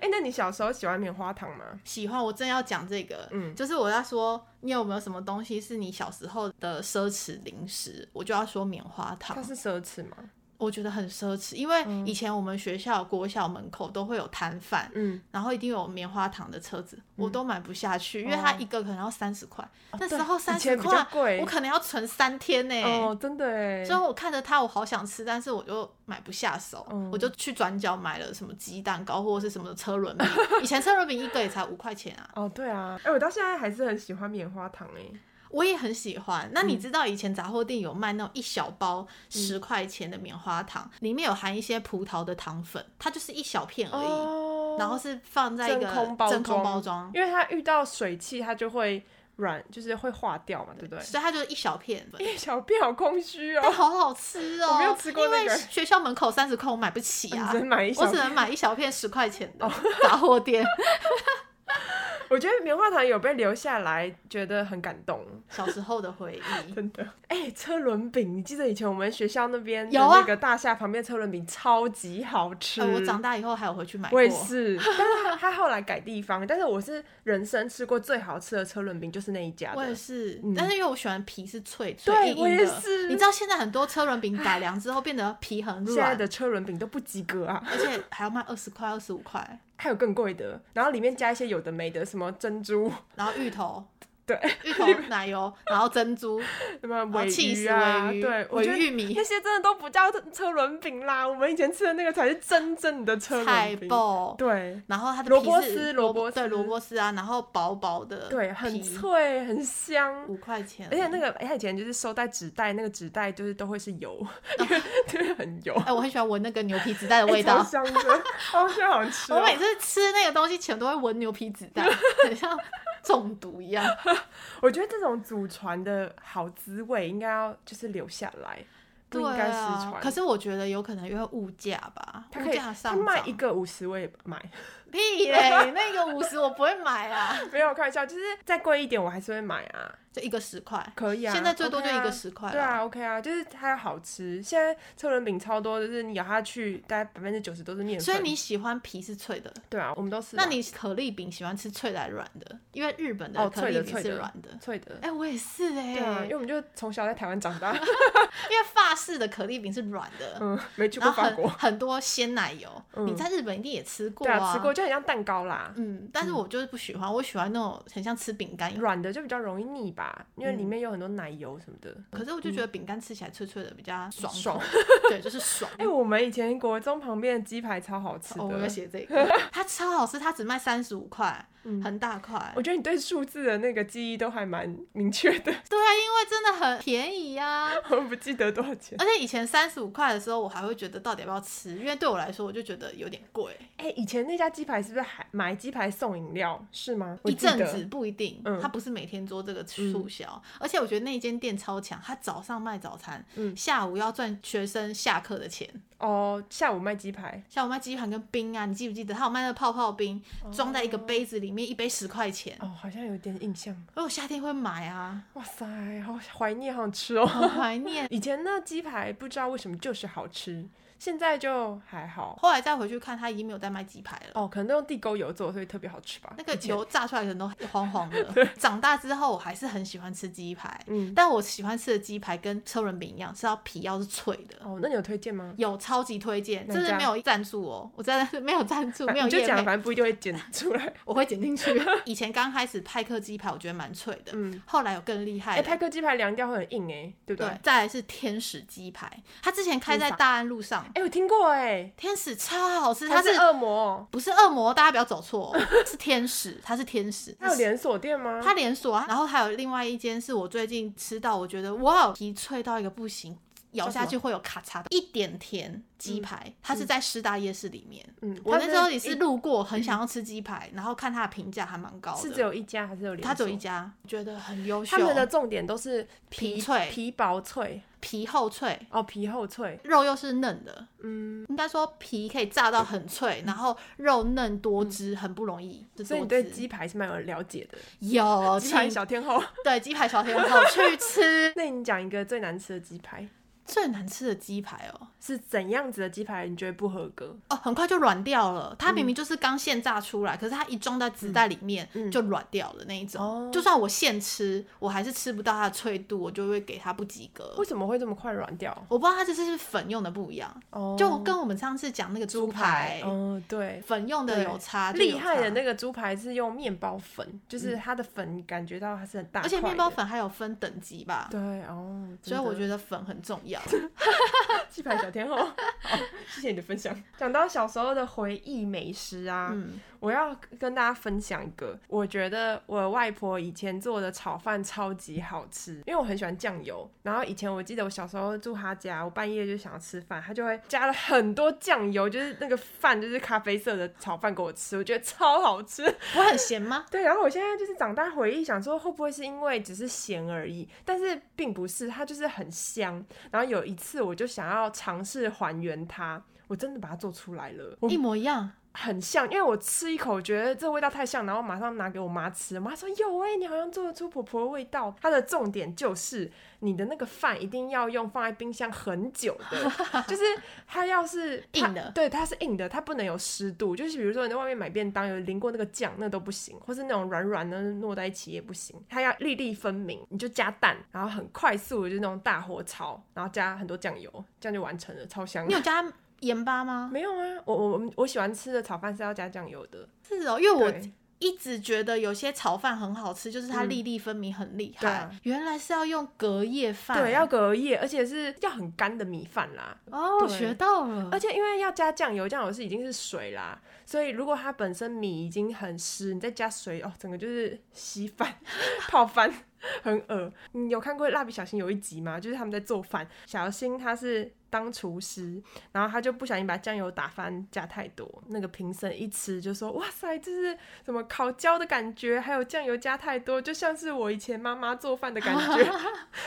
[SPEAKER 1] 哎，那你小时候喜欢棉花糖吗？
[SPEAKER 2] 喜欢我正要讲这个，
[SPEAKER 1] 嗯
[SPEAKER 2] 就是我要说你有没有什么东西是你小时候的奢侈零食，我就要说棉花糖
[SPEAKER 1] 它，是奢侈吗？
[SPEAKER 2] 我觉得很奢侈，因为以前我们学校国小门口都会有摊贩。
[SPEAKER 1] 嗯，
[SPEAKER 2] 然后一定有棉花糖的车子，我都买不下去，因为它一个可能要三十块，那时候
[SPEAKER 1] 哦对
[SPEAKER 2] 三
[SPEAKER 1] 以
[SPEAKER 2] 十
[SPEAKER 1] 前比较
[SPEAKER 2] 块，
[SPEAKER 1] 贵
[SPEAKER 2] 我可能要存三天呢、
[SPEAKER 1] 哦，真的哎
[SPEAKER 2] 所。以我看着它，我好想吃，但是我就买不下手，
[SPEAKER 1] 嗯
[SPEAKER 2] 我就去转角买了什么鸡蛋糕或者是什么车 轮饼。以前车轮饼一个也才五块钱啊，
[SPEAKER 1] 哦，对啊，哎，我到现在还是很喜欢棉花糖哎。
[SPEAKER 2] 我也很喜欢。
[SPEAKER 1] 嗯
[SPEAKER 2] 那你知道以前杂货店有卖那种一小包十块钱的棉花糖，里面有含一些葡萄的糖粉，它就是一小片而已，
[SPEAKER 1] 哦
[SPEAKER 2] 然后是放在一个
[SPEAKER 1] 真空包
[SPEAKER 2] 真空
[SPEAKER 1] 装
[SPEAKER 2] 包装。
[SPEAKER 1] 因为它遇到水汽，它就会软，就是会化掉嘛，对不对？
[SPEAKER 2] 所以它就是一小片，
[SPEAKER 1] 一小便好空虚
[SPEAKER 2] 但
[SPEAKER 1] 哦，
[SPEAKER 2] 好好吃哦！
[SPEAKER 1] 我没有吃过那个嗯
[SPEAKER 2] 因为学校门口三十块我买不起
[SPEAKER 1] 你
[SPEAKER 2] 啊
[SPEAKER 1] 只，能买一小
[SPEAKER 2] 我只
[SPEAKER 1] 片。
[SPEAKER 2] 能买一小片十块钱
[SPEAKER 1] 哦
[SPEAKER 2] 的杂货店。
[SPEAKER 1] 我觉得棉花糖有被留下来，觉得很感动，
[SPEAKER 2] 小时候的回 忆。
[SPEAKER 1] 真的。哎、车轮饼，你记得以前我们学校那边的
[SPEAKER 2] 嗯有啊
[SPEAKER 1] 那个大厦旁边车轮饼超级好吃。
[SPEAKER 2] 呃，我长大以后还有回去买过。
[SPEAKER 1] 我也 是，但是它它后来改地方，但是我是人生吃过最好吃的车轮饼就是那一家
[SPEAKER 2] 我也
[SPEAKER 1] 的。
[SPEAKER 2] 是
[SPEAKER 1] 嗯
[SPEAKER 2] 但是因为我喜欢皮是脆脆
[SPEAKER 1] 对
[SPEAKER 2] 硬硬的。
[SPEAKER 1] 我也是
[SPEAKER 2] 你知道现在很多车轮饼改良之后变得皮很
[SPEAKER 1] 现在
[SPEAKER 2] 软，
[SPEAKER 1] 的车轮饼都不及格啊，
[SPEAKER 2] 而且还要卖二十块、二十五块，
[SPEAKER 1] 还有更贵的，然后里面加一些有的没的，什么珍珠，
[SPEAKER 2] 然后芋头、
[SPEAKER 1] 对，
[SPEAKER 2] 芋头、奶油，然后 珍珠，
[SPEAKER 1] 什么
[SPEAKER 2] 然后
[SPEAKER 1] 尾
[SPEAKER 2] 哦气
[SPEAKER 1] 鱼
[SPEAKER 2] 死
[SPEAKER 1] 啊，
[SPEAKER 2] 尾鱼，
[SPEAKER 1] 对，我
[SPEAKER 2] 尾
[SPEAKER 1] 觉得
[SPEAKER 2] 鱼玉米
[SPEAKER 1] 那、些真的都不叫车轮饼啦，我们以前吃的那个才是真正的车
[SPEAKER 2] 菜
[SPEAKER 1] 轮饼。
[SPEAKER 2] 爆，
[SPEAKER 1] 对
[SPEAKER 2] 然后它的
[SPEAKER 1] 萝
[SPEAKER 2] 皮
[SPEAKER 1] 卜
[SPEAKER 2] 是
[SPEAKER 1] 丝
[SPEAKER 2] 萝
[SPEAKER 1] 萝卜
[SPEAKER 2] 对
[SPEAKER 1] 丝
[SPEAKER 2] 萝卜丝啊，然后薄薄的，
[SPEAKER 1] 对，很
[SPEAKER 2] 皮，
[SPEAKER 1] 脆，很香。
[SPEAKER 2] 五块钱，
[SPEAKER 1] 而且那个，哎，它以前就是收在纸袋，那个纸袋就是都会是油，因为 就是很油，
[SPEAKER 2] 哎，我很喜欢闻那个牛皮纸袋哦的
[SPEAKER 1] 哎
[SPEAKER 2] 味道
[SPEAKER 1] 超，香的， 哦，现在好吃哦。
[SPEAKER 2] 我每次吃那个东西前都会闻牛皮 纸袋，很像中毒一样。
[SPEAKER 1] 我觉得这种祖传的好滋味应该要就是留下来，不
[SPEAKER 2] 对
[SPEAKER 1] 应该失
[SPEAKER 2] 啊
[SPEAKER 1] 传。，
[SPEAKER 2] 可是我觉得有可能因为物价吧，
[SPEAKER 1] 它
[SPEAKER 2] 物
[SPEAKER 1] 可以，
[SPEAKER 2] 价
[SPEAKER 1] 它
[SPEAKER 2] 上
[SPEAKER 1] 卖一
[SPEAKER 2] 涨，
[SPEAKER 1] 个五十我也买，
[SPEAKER 2] 屁嘞，那个五十我不会买啊，
[SPEAKER 1] 没有开玩笑，就是再贵一点我还是会买啊，
[SPEAKER 2] 就一个十块。
[SPEAKER 1] 可以啊。
[SPEAKER 2] 现在最多就
[SPEAKER 1] OK
[SPEAKER 2] 一
[SPEAKER 1] 啊
[SPEAKER 2] 个十块
[SPEAKER 1] 对
[SPEAKER 2] 了。
[SPEAKER 1] 啊，OK 啊，就是它要好吃。现在车轮饼超多，就是你咬下去，大概百分之九十都是面粉。
[SPEAKER 2] 所以你喜欢皮是脆的，
[SPEAKER 1] 对啊，我们都是啊。
[SPEAKER 2] 那你可丽饼喜欢吃脆的还是软的？因为日本的
[SPEAKER 1] 哦
[SPEAKER 2] 可丽饼
[SPEAKER 1] 脆的脆
[SPEAKER 2] 是
[SPEAKER 1] 的
[SPEAKER 2] 软的。
[SPEAKER 1] 脆的
[SPEAKER 2] 哎、，我也是哎、
[SPEAKER 1] 对啊，因为我们就从小在台湾长大，
[SPEAKER 2] 因为法式的可丽饼是软的，
[SPEAKER 1] 嗯，没去
[SPEAKER 2] 然
[SPEAKER 1] 过
[SPEAKER 2] 后
[SPEAKER 1] 法
[SPEAKER 2] 很
[SPEAKER 1] 国，
[SPEAKER 2] 很多鲜奶油、
[SPEAKER 1] 嗯
[SPEAKER 2] 你在日本一定也吃过
[SPEAKER 1] 对啊，吃过就很像蛋糕啦，
[SPEAKER 2] 嗯，但是我就是不喜欢，我喜欢那种很像吃饼干。
[SPEAKER 1] 软的就比较容易腻吧，因为
[SPEAKER 2] 嗯
[SPEAKER 1] 里面有很多奶油什么的。
[SPEAKER 2] 可是我就觉得饼干吃起来脆脆的比较爽口，
[SPEAKER 1] 嗯爽
[SPEAKER 2] 对，就是爽。
[SPEAKER 1] 哎、我们以前国中旁边的鸡排超好吃的，
[SPEAKER 2] 哦，我要写这 个，它超好吃，它只卖三十五块，很大块
[SPEAKER 1] 嗯我。觉得你对数字的那个记忆都还蛮明确的，
[SPEAKER 2] 对啊，因为真的很便宜呀、
[SPEAKER 1] 我不记得多少钱。
[SPEAKER 2] 而且以前三十五块的时候，我还会觉得到底要不要吃，因为对我来说，我就觉得有点贵。
[SPEAKER 1] 哎、以前那家鸡排是不是还买鸡排送饮料是吗？我
[SPEAKER 2] 一
[SPEAKER 1] 记
[SPEAKER 2] 阵
[SPEAKER 1] 得
[SPEAKER 2] 子不一定，
[SPEAKER 1] 嗯
[SPEAKER 2] 他不是每天做这个促销，而且我觉得那间店超强，他早上卖早餐，
[SPEAKER 1] 嗯
[SPEAKER 2] 下午要赚学生下课的钱，
[SPEAKER 1] 哦，下午卖鸡排，
[SPEAKER 2] 下午卖鸡盘跟冰啊，你记不记得？他有卖那个泡泡冰，装在一个杯子里面，一杯十块钱，哎
[SPEAKER 1] 哦，好像有点印象。
[SPEAKER 2] 而我夏天会买啊，
[SPEAKER 1] 哇塞，好怀念，好想吃哦。
[SPEAKER 2] 很怀念。
[SPEAKER 1] 以前那鸡排不知道为什么就是好吃，现在就还好。
[SPEAKER 2] 后来再回去看，他已经没有再卖鸡排了。
[SPEAKER 1] 哦，可能都用地沟油做，所以特别好吃吧。
[SPEAKER 2] 那个
[SPEAKER 1] 以前
[SPEAKER 2] 油炸出来的人都黄黄的。 长大之后，我还是很喜欢吃鸡排，
[SPEAKER 1] 嗯
[SPEAKER 2] 但我喜欢吃的鸡排跟车轮饼一样，是要皮要是脆的。
[SPEAKER 1] 哦，那你有推荐吗？
[SPEAKER 2] 有超级推荐，
[SPEAKER 1] 哪
[SPEAKER 2] 真的
[SPEAKER 1] 家
[SPEAKER 2] 没有赞助哦，我真的是没有赞助，
[SPEAKER 1] 反
[SPEAKER 2] 没有
[SPEAKER 1] 你就
[SPEAKER 2] 业
[SPEAKER 1] 讲，
[SPEAKER 2] 配，
[SPEAKER 1] 反正不一定会剪出来。
[SPEAKER 2] 我会剪 进去。以前刚开始派克鸡排，我觉得蛮脆的，
[SPEAKER 1] 嗯
[SPEAKER 2] 后来有更厉
[SPEAKER 1] 哎、
[SPEAKER 2] 害的，
[SPEAKER 1] 派克鸡排凉掉会很硬哎、对不对？
[SPEAKER 2] 对
[SPEAKER 1] 哎、，
[SPEAKER 2] 再来是天使鸡排，它之前开在
[SPEAKER 1] 天上
[SPEAKER 2] 大安路上，
[SPEAKER 1] 我听过哎、
[SPEAKER 2] 天使超好吃，它
[SPEAKER 1] 它
[SPEAKER 2] 是
[SPEAKER 1] 是恶魔哦，
[SPEAKER 2] 不是恶魔？大家不要走 错、哦，是天使，它是天使，
[SPEAKER 1] 它有连锁店吗？
[SPEAKER 2] 它连锁啊，然后还有另外一间是我最近吃到，我觉得哇，哦皮脆到一个不行，咬下去会有咔嚓的，一点甜鸡排，它是在师大夜市里面。
[SPEAKER 1] 嗯
[SPEAKER 2] 我
[SPEAKER 1] 它
[SPEAKER 2] 那时候也
[SPEAKER 1] 一嗯
[SPEAKER 2] 是路过，很想要吃鸡排，然后看它的评价还蛮高的，
[SPEAKER 1] 是只有一家还是有连锁？
[SPEAKER 2] 它只有一。家，觉得很优秀，
[SPEAKER 1] 他们的重点都是
[SPEAKER 2] 皮
[SPEAKER 1] 皮
[SPEAKER 2] 脆
[SPEAKER 1] 皮薄脆
[SPEAKER 2] 皮厚脆。
[SPEAKER 1] 哦，皮厚脆。
[SPEAKER 2] 肉又是嫩的，
[SPEAKER 1] 嗯，
[SPEAKER 2] 应该说皮可以炸到很脆，然后肉嫩多汁，很不容易。
[SPEAKER 1] 嗯
[SPEAKER 2] 这
[SPEAKER 1] 所以
[SPEAKER 2] 多
[SPEAKER 1] 你对
[SPEAKER 2] 汁
[SPEAKER 1] 鸡排是蛮有了解的，
[SPEAKER 2] 有
[SPEAKER 1] 鸡排
[SPEAKER 2] 请
[SPEAKER 1] 小天后。
[SPEAKER 2] 对鸡排小天后去吃
[SPEAKER 1] 那你讲一个最难吃的鸡排
[SPEAKER 2] 最难吃的鸡排哦，
[SPEAKER 1] 是怎样子的鸡排？你觉得不合格？
[SPEAKER 2] 哦，很快就软掉了。
[SPEAKER 1] 嗯
[SPEAKER 2] 它明明就是刚现炸出来，可是它一装在纸袋里面、就软掉了那一种。
[SPEAKER 1] 嗯哦
[SPEAKER 2] 就算我现吃，我还是吃不到它的脆度，我就会给它不及格。
[SPEAKER 1] 为什么会这么快软掉？
[SPEAKER 2] 我不知道它这次是粉用的不一样，
[SPEAKER 1] 哦，
[SPEAKER 2] 就跟我们上次讲那个猪排，
[SPEAKER 1] 嗯，对。
[SPEAKER 2] 粉用的
[SPEAKER 1] 对
[SPEAKER 2] 有差，就有
[SPEAKER 1] 厉害的
[SPEAKER 2] 差
[SPEAKER 1] 那个猪排是用面包粉，就是它的粉感觉到它是很大，
[SPEAKER 2] 而且面包。粉还有分等级吧，
[SPEAKER 1] 对哦，
[SPEAKER 2] 所以我
[SPEAKER 1] 得
[SPEAKER 2] 觉得粉很重 要。
[SPEAKER 1] 鸡排小 天后，好，谢谢你的分享。讲到小时候的回忆美食啊，
[SPEAKER 2] 嗯，
[SPEAKER 1] 我要跟大家分享一个，我觉得我外婆以前做的炒饭超级好吃，因为我很喜欢酱油。然后以前我记得我小时候住她家，我半夜就想要吃饭，她就会加了很多酱油，就是那个饭就是咖啡色的炒饭给我吃，我觉得超好吃。
[SPEAKER 2] 我很咸吗？
[SPEAKER 1] 对，然后我现在就是长大回忆，想说会不会是因为只是咸而已，但是并不是，它就是很香。然后有一次我就想要尝试还原它，我真的把它做出来了，我
[SPEAKER 2] 一模一样，
[SPEAKER 1] 很像，因为我吃一口觉得这味道太像，然后马上拿给我妈吃，我妈说有哎、你好像做得出婆婆的味道。它的重点就是你的那个饭一定要用放在冰箱很久 的，就是它要是它
[SPEAKER 2] 硬的
[SPEAKER 1] 对，它是硬的，它不能有湿度。就是比如说你在外面买便当有淋过那个酱，那都不行，或是那种软软的糯在一起也不行，它要粒粒分明。你就加蛋，然后很快速的就那种大火炒，然后加很多酱油，这样就完成了，超香
[SPEAKER 2] 你。有加盐巴吗？
[SPEAKER 1] 没有啊，我我我我喜欢吃的炒饭是要加酱油的。
[SPEAKER 2] 是哦，因为我
[SPEAKER 1] 对
[SPEAKER 2] 一直觉得有些炒饭很好吃，就是它
[SPEAKER 1] 嗯
[SPEAKER 2] 粒粒分明，很厉害。
[SPEAKER 1] 对啊
[SPEAKER 2] 原来是要用隔夜饭，
[SPEAKER 1] 对，要隔夜，而且是要很干的米饭啦。
[SPEAKER 2] 哦，我
[SPEAKER 1] 对
[SPEAKER 2] 学到了
[SPEAKER 1] 而。且因为要加酱油，酱油是已经是水啦，所以如果它本身米已经很湿，你再加水哦，整个就是稀饭 泡饭。很恶，你有看过《蜡笔小新》有一集吗？就是他们在做饭，小新他是当厨师，然后他就不小心把酱油打翻，加太多。那个评审一吃就说：“哇塞，这是什么烤焦的感觉？还有酱油加太多，就像是我以前妈妈做饭的感觉，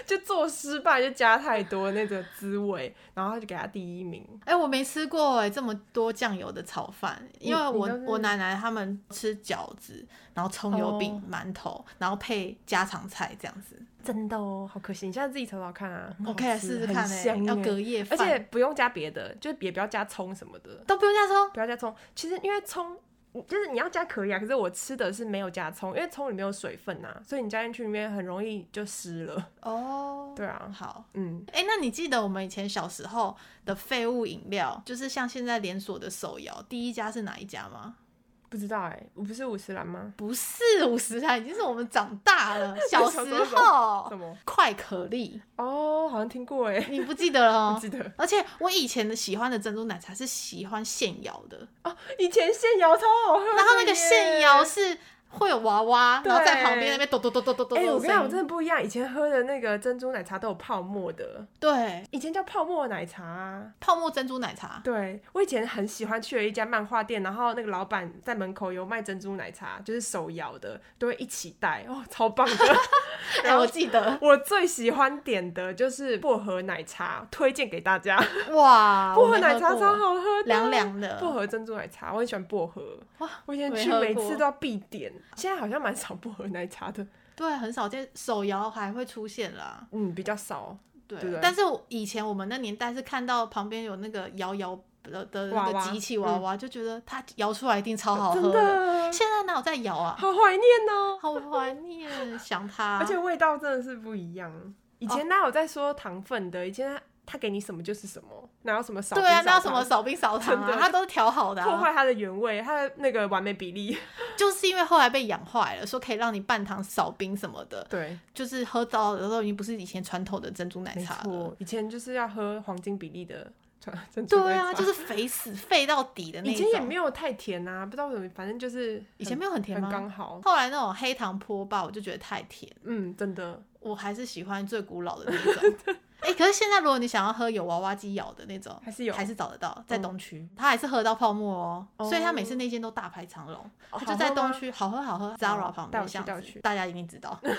[SPEAKER 1] 就做失败就加太多那个滋味。”然后他就给他第一名。
[SPEAKER 2] 哎、我没吃过哎、这么多酱油的炒饭，因为
[SPEAKER 1] 你
[SPEAKER 2] 我
[SPEAKER 1] 都是
[SPEAKER 2] 我奶奶他们吃饺子，然后葱油饼
[SPEAKER 1] 哦、
[SPEAKER 2] 馒头，然后配家常菜这样子。
[SPEAKER 1] 真的哦，好可惜，你下次自己炒炒看啊。很好
[SPEAKER 2] 我可以来
[SPEAKER 1] 吃
[SPEAKER 2] 嗯试试
[SPEAKER 1] 很
[SPEAKER 2] 看哎、
[SPEAKER 1] 香
[SPEAKER 2] 要
[SPEAKER 1] 耶
[SPEAKER 2] 隔夜
[SPEAKER 1] 而
[SPEAKER 2] 饭，
[SPEAKER 1] 且不用加别的，就是也不要加葱什么的，
[SPEAKER 2] 都不用加葱。
[SPEAKER 1] 不要加葱。其实因为葱，就是你要加可以啊，可是我吃的是没有加葱，因为葱里面有水分呐、所以你加进去里面很容易就湿 了。
[SPEAKER 2] 哦，
[SPEAKER 1] 对啊，
[SPEAKER 2] 好。
[SPEAKER 1] 嗯，
[SPEAKER 2] 哎、那你记得我们以前小时候的废物饮料，就是像现在连锁的手摇，第一家是哪一家吗？
[SPEAKER 1] 不知道哎、我不是五十岚吗？
[SPEAKER 2] 不是五十啊岚，已经是我们长大 了。小时
[SPEAKER 1] 小时候
[SPEAKER 2] 候
[SPEAKER 1] 什，么？
[SPEAKER 2] 快可丽，
[SPEAKER 1] 哦，好像听过哎、
[SPEAKER 2] 哦你不记得了
[SPEAKER 1] 不
[SPEAKER 2] 哦？
[SPEAKER 1] 记得
[SPEAKER 2] 而且我以前的喜欢的珍珠奶茶是喜欢现摇的，
[SPEAKER 1] 哦，以前现摇超好喝的耶，
[SPEAKER 2] 然后那个现摇是会有娃娃，
[SPEAKER 1] 对
[SPEAKER 2] 然后在旁边那边咚咚咚咚咚咚
[SPEAKER 1] 哎、我
[SPEAKER 2] 咚
[SPEAKER 1] 跟
[SPEAKER 2] 的
[SPEAKER 1] 你讲，我
[SPEAKER 2] 声
[SPEAKER 1] 真
[SPEAKER 2] 音。
[SPEAKER 1] 的不一样。以前喝的那个珍珠奶茶都有泡沫的，
[SPEAKER 2] 对，
[SPEAKER 1] 以前叫泡沫奶茶啊。
[SPEAKER 2] 泡沫珍珠奶茶。
[SPEAKER 1] 对，我以前很喜欢去了一家漫画店，然后那个老板在门口有卖珍珠奶茶，就是手摇的，都会一起带，哦，超棒的。
[SPEAKER 2] 哎、我记得，
[SPEAKER 1] 我最喜欢点的就是薄荷奶茶，推荐给大家。
[SPEAKER 2] 哇，
[SPEAKER 1] 薄
[SPEAKER 2] 哦我
[SPEAKER 1] 荷
[SPEAKER 2] 没喝
[SPEAKER 1] 奶茶
[SPEAKER 2] 过
[SPEAKER 1] 超好喝的，啊
[SPEAKER 2] 凉凉的
[SPEAKER 1] 薄荷珍珠奶茶，我很喜欢薄荷。
[SPEAKER 2] 哇
[SPEAKER 1] 我以前
[SPEAKER 2] 没
[SPEAKER 1] 去
[SPEAKER 2] 喝
[SPEAKER 1] 每
[SPEAKER 2] 过
[SPEAKER 1] 次都要必点，现在好像蛮少 薄荷奶茶的，
[SPEAKER 2] 对，很少见，手摇还会出现啦。
[SPEAKER 1] 嗯，比较少。
[SPEAKER 2] 对，
[SPEAKER 1] 对不对
[SPEAKER 2] 但是我以前我们那年代是看到旁边有那个摇摇的的那
[SPEAKER 1] 娃
[SPEAKER 2] 个
[SPEAKER 1] 娃嗯
[SPEAKER 2] 机器娃娃，就觉得它摇出来一定超好
[SPEAKER 1] 真
[SPEAKER 2] 喝哦
[SPEAKER 1] 的
[SPEAKER 2] 现在哪有在摇啊？
[SPEAKER 1] 好怀念哦。
[SPEAKER 2] 好怀念，想它。
[SPEAKER 1] 而且味道真的是不一样。以
[SPEAKER 2] 哦
[SPEAKER 1] 前哪有在说糖分的？以前他他给你什么就是什么，哪有什么少
[SPEAKER 2] 对啊，
[SPEAKER 1] 冰少
[SPEAKER 2] 那有什么
[SPEAKER 1] 糖
[SPEAKER 2] 少冰少糖
[SPEAKER 1] 真
[SPEAKER 2] 啊？
[SPEAKER 1] 的
[SPEAKER 2] 它都是调好的、
[SPEAKER 1] 破
[SPEAKER 2] 啊，
[SPEAKER 1] 坏它的原味，它的那个完美比例？
[SPEAKER 2] 就是因为后来被养坏了，说可以让你半糖少冰什么的，
[SPEAKER 1] 对，
[SPEAKER 2] 就是喝到的时候已经不是以前传统的珍珠奶
[SPEAKER 1] 没
[SPEAKER 2] 茶了。
[SPEAKER 1] 错，以前就是要喝黄金比例的传珍珠
[SPEAKER 2] 对啊，
[SPEAKER 1] 奶茶
[SPEAKER 2] 就是肥死 废到底的那
[SPEAKER 1] 以
[SPEAKER 2] 一
[SPEAKER 1] 前也
[SPEAKER 2] 种。
[SPEAKER 1] 没有太甜啊，不知道为什么，反正就是
[SPEAKER 2] 以前
[SPEAKER 1] 很
[SPEAKER 2] 没有很甜
[SPEAKER 1] 很
[SPEAKER 2] 吗？
[SPEAKER 1] 刚好。
[SPEAKER 2] 后来那种黑糖坡霸，我就觉得太甜，
[SPEAKER 1] 嗯，真的，
[SPEAKER 2] 我还是喜欢最古老的那 种。哎、可是现在如果你想要喝有娃娃机咬的那种，
[SPEAKER 1] 还是有
[SPEAKER 2] 还是找得到，在东区，他还是喝到泡沫哦，
[SPEAKER 1] 哦
[SPEAKER 2] 所以他每次那间都大排长龙，
[SPEAKER 1] 哦
[SPEAKER 2] 他就在东，区，好喝好喝，Zara 旁
[SPEAKER 1] 带
[SPEAKER 2] 边
[SPEAKER 1] 我去
[SPEAKER 2] 巷
[SPEAKER 1] 带我
[SPEAKER 2] 子
[SPEAKER 1] 去，
[SPEAKER 2] 大家一定 知道，
[SPEAKER 1] 好喝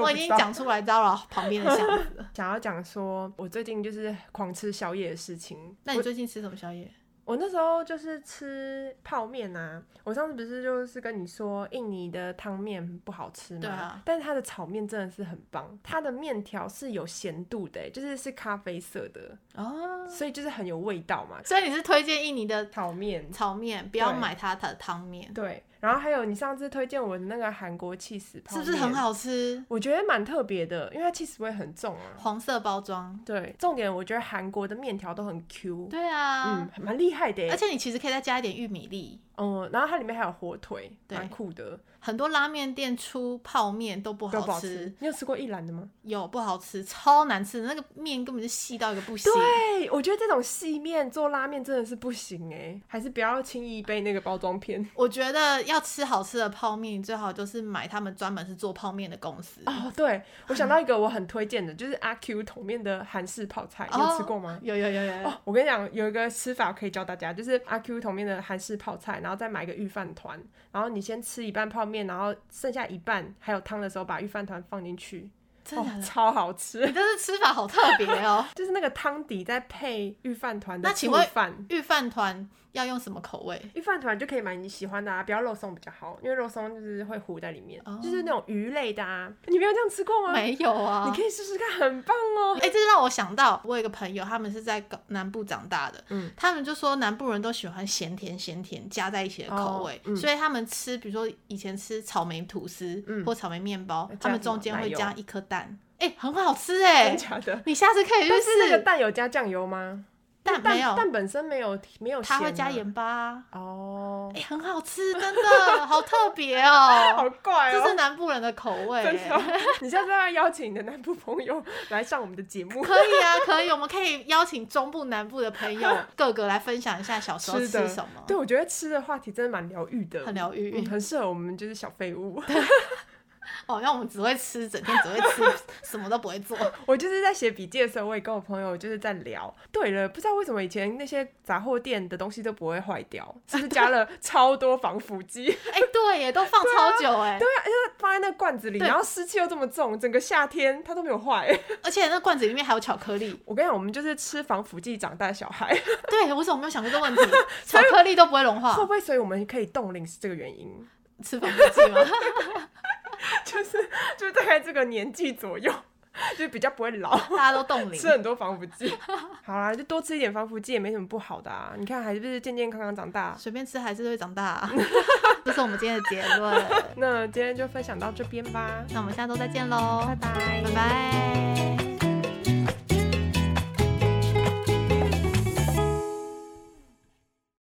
[SPEAKER 1] 吗
[SPEAKER 2] 我已经，讲出来 Zara 旁边的巷子了。
[SPEAKER 1] 想要讲说，我最近就是狂吃宵夜的事情。
[SPEAKER 2] 那
[SPEAKER 1] 我
[SPEAKER 2] 你最近吃什么宵夜？
[SPEAKER 1] 我那时候就是吃泡面啊，我上次不是就是跟你说印尼的汤面不好吃吗？
[SPEAKER 2] 对啊
[SPEAKER 1] 但是它的炒面真的是很棒，它的面条是有咸度的欸、就是是咖啡色的，
[SPEAKER 2] 哦，
[SPEAKER 1] 所以就是很有味道嘛。
[SPEAKER 2] 所以你是推荐印尼的
[SPEAKER 1] 炒面
[SPEAKER 2] 炒面，不要
[SPEAKER 1] 对
[SPEAKER 2] 买它的汤面，
[SPEAKER 1] 对，然后还有你上次推荐我的那个韩国气死泡
[SPEAKER 2] 是
[SPEAKER 1] 面，
[SPEAKER 2] 不是很？好吃？
[SPEAKER 1] 我觉得蛮特别的，因为它气死味很重啊。
[SPEAKER 2] 黄色包装，
[SPEAKER 1] 对，重点我觉得韩国的面条都很 Q，
[SPEAKER 2] 对啊，
[SPEAKER 1] 嗯，蛮厉害的欸、
[SPEAKER 2] 而且你其实可以再加一点玉米粒。
[SPEAKER 1] 嗯，然后它里面还有火腿，
[SPEAKER 2] 对
[SPEAKER 1] 蛮酷的，
[SPEAKER 2] 很多拉面店出泡面都不
[SPEAKER 1] 都不
[SPEAKER 2] 好
[SPEAKER 1] 好
[SPEAKER 2] 吃，
[SPEAKER 1] 吃。你有吃过一兰的吗？
[SPEAKER 2] 有不好吃，超难吃，那个面根本就细到一个不行。
[SPEAKER 1] 对，我觉得这种细面做拉面真的是不行哎、还是不要轻易被那个包装骗。
[SPEAKER 2] 我觉得要吃好吃的泡面，你最好就是买他们专门是做泡面的公司。
[SPEAKER 1] 哦， 对，我想到一个我很推荐的，就是阿 Q 桶面的韩式泡菜，你有吃过吗？
[SPEAKER 2] 有有有有有。
[SPEAKER 1] 哦，我跟你讲，有一个吃法可以教大家，就是阿 Q 桶面的韩式泡菜，然后再买一个预饭团，然后你先吃一半泡面，然后剩下一半还有汤的时候，把预饭团放进去，
[SPEAKER 2] 真的假
[SPEAKER 1] 哦、
[SPEAKER 2] 的？
[SPEAKER 1] 超好吃，
[SPEAKER 2] 你这是吃法好特别哦。
[SPEAKER 1] 就是那个汤底再配预饭团的
[SPEAKER 2] 那请
[SPEAKER 1] 醋
[SPEAKER 2] 问
[SPEAKER 1] 饭。
[SPEAKER 2] 御饭团要用什么口味？
[SPEAKER 1] 预饭团就可以买你喜欢的啊，不要肉松比较好，因为肉松就是会糊在里面
[SPEAKER 2] 哦
[SPEAKER 1] 就是那种鱼类的啊。你没有这样吃过吗？
[SPEAKER 2] 没有啊
[SPEAKER 1] 你。可以试试看，很棒哦。
[SPEAKER 2] 哎、这让我想到，我有一个朋友，他们是在高南部长大的，
[SPEAKER 1] 嗯
[SPEAKER 2] 他们就说南部人都喜欢咸甜咸甜加在一起的口味，
[SPEAKER 1] 哦嗯
[SPEAKER 2] 所以他们吃，比如说以前吃草莓吐司、
[SPEAKER 1] 嗯
[SPEAKER 2] 或草莓面包
[SPEAKER 1] 加，
[SPEAKER 2] 他
[SPEAKER 1] 什么
[SPEAKER 2] 们中间
[SPEAKER 1] 奶
[SPEAKER 2] 会
[SPEAKER 1] 油
[SPEAKER 2] 加一颗蛋，哎、很好吃哎、
[SPEAKER 1] 真假的？
[SPEAKER 2] 你下次可以去
[SPEAKER 1] 但是那个
[SPEAKER 2] 试。
[SPEAKER 1] 蛋有加酱油吗？
[SPEAKER 2] 蛋
[SPEAKER 1] 蛋
[SPEAKER 2] 没有，
[SPEAKER 1] 蛋本身没有没有
[SPEAKER 2] 他
[SPEAKER 1] 咸
[SPEAKER 2] 会
[SPEAKER 1] 啊
[SPEAKER 2] 加盐巴、啊，
[SPEAKER 1] 哦
[SPEAKER 2] 哎、，很好吃，真的好特别 哦，
[SPEAKER 1] 好怪
[SPEAKER 2] 这是
[SPEAKER 1] 哦。
[SPEAKER 2] 南部人的口味、
[SPEAKER 1] 真的
[SPEAKER 2] 哎
[SPEAKER 1] 哦，你下次要邀请你的南部朋友来上我们的节 目，
[SPEAKER 2] 可以啊，可以，我们可以邀请中部、南部的朋 友各个来分享一下小时候吃
[SPEAKER 1] 的
[SPEAKER 2] 什么，
[SPEAKER 1] 对，我觉得吃的话题真的蛮疗愈的，
[SPEAKER 2] 很疗愈。
[SPEAKER 1] 嗯很适合我们就是小废物。
[SPEAKER 2] 哦，让我们只会吃，整天只会吃，什么都不会做。哎
[SPEAKER 1] 我就是在写笔记的时候，我也跟我朋友就是在聊。对了，不知道为什么以前那些杂货店的东西都不会坏掉，是不是加了超多防腐剂？ 对
[SPEAKER 2] 哎、对耶，都放超久哎、
[SPEAKER 1] 啊，就是放在那罐子里，
[SPEAKER 2] 对
[SPEAKER 1] 然后湿气又这么重，整个夏天它都没有坏。
[SPEAKER 2] 而且那罐子里面还有巧克力。
[SPEAKER 1] 我跟你讲，我们就是吃防腐剂长大的小孩，会
[SPEAKER 2] 对，我怎么没有想过这个问 题？巧克力都不会融化
[SPEAKER 1] 不， 会？所以我们可以冻龄是这个原因，
[SPEAKER 2] 吃防腐剂吗？
[SPEAKER 1] 就是就是大概这个年纪左右，就是比较不会老。
[SPEAKER 2] 大家都冻龄
[SPEAKER 1] 吃。很多防腐剂， 好啦，就多吃一点防腐剂也没什么不好的啊。你看，还是不是健健康康长大？
[SPEAKER 2] 随便吃还是会长大、啊， 这是我们今天的结论。
[SPEAKER 1] 那今天就分享到这边吧，
[SPEAKER 2] 那我们下周再见喽，
[SPEAKER 1] 拜拜
[SPEAKER 2] 拜拜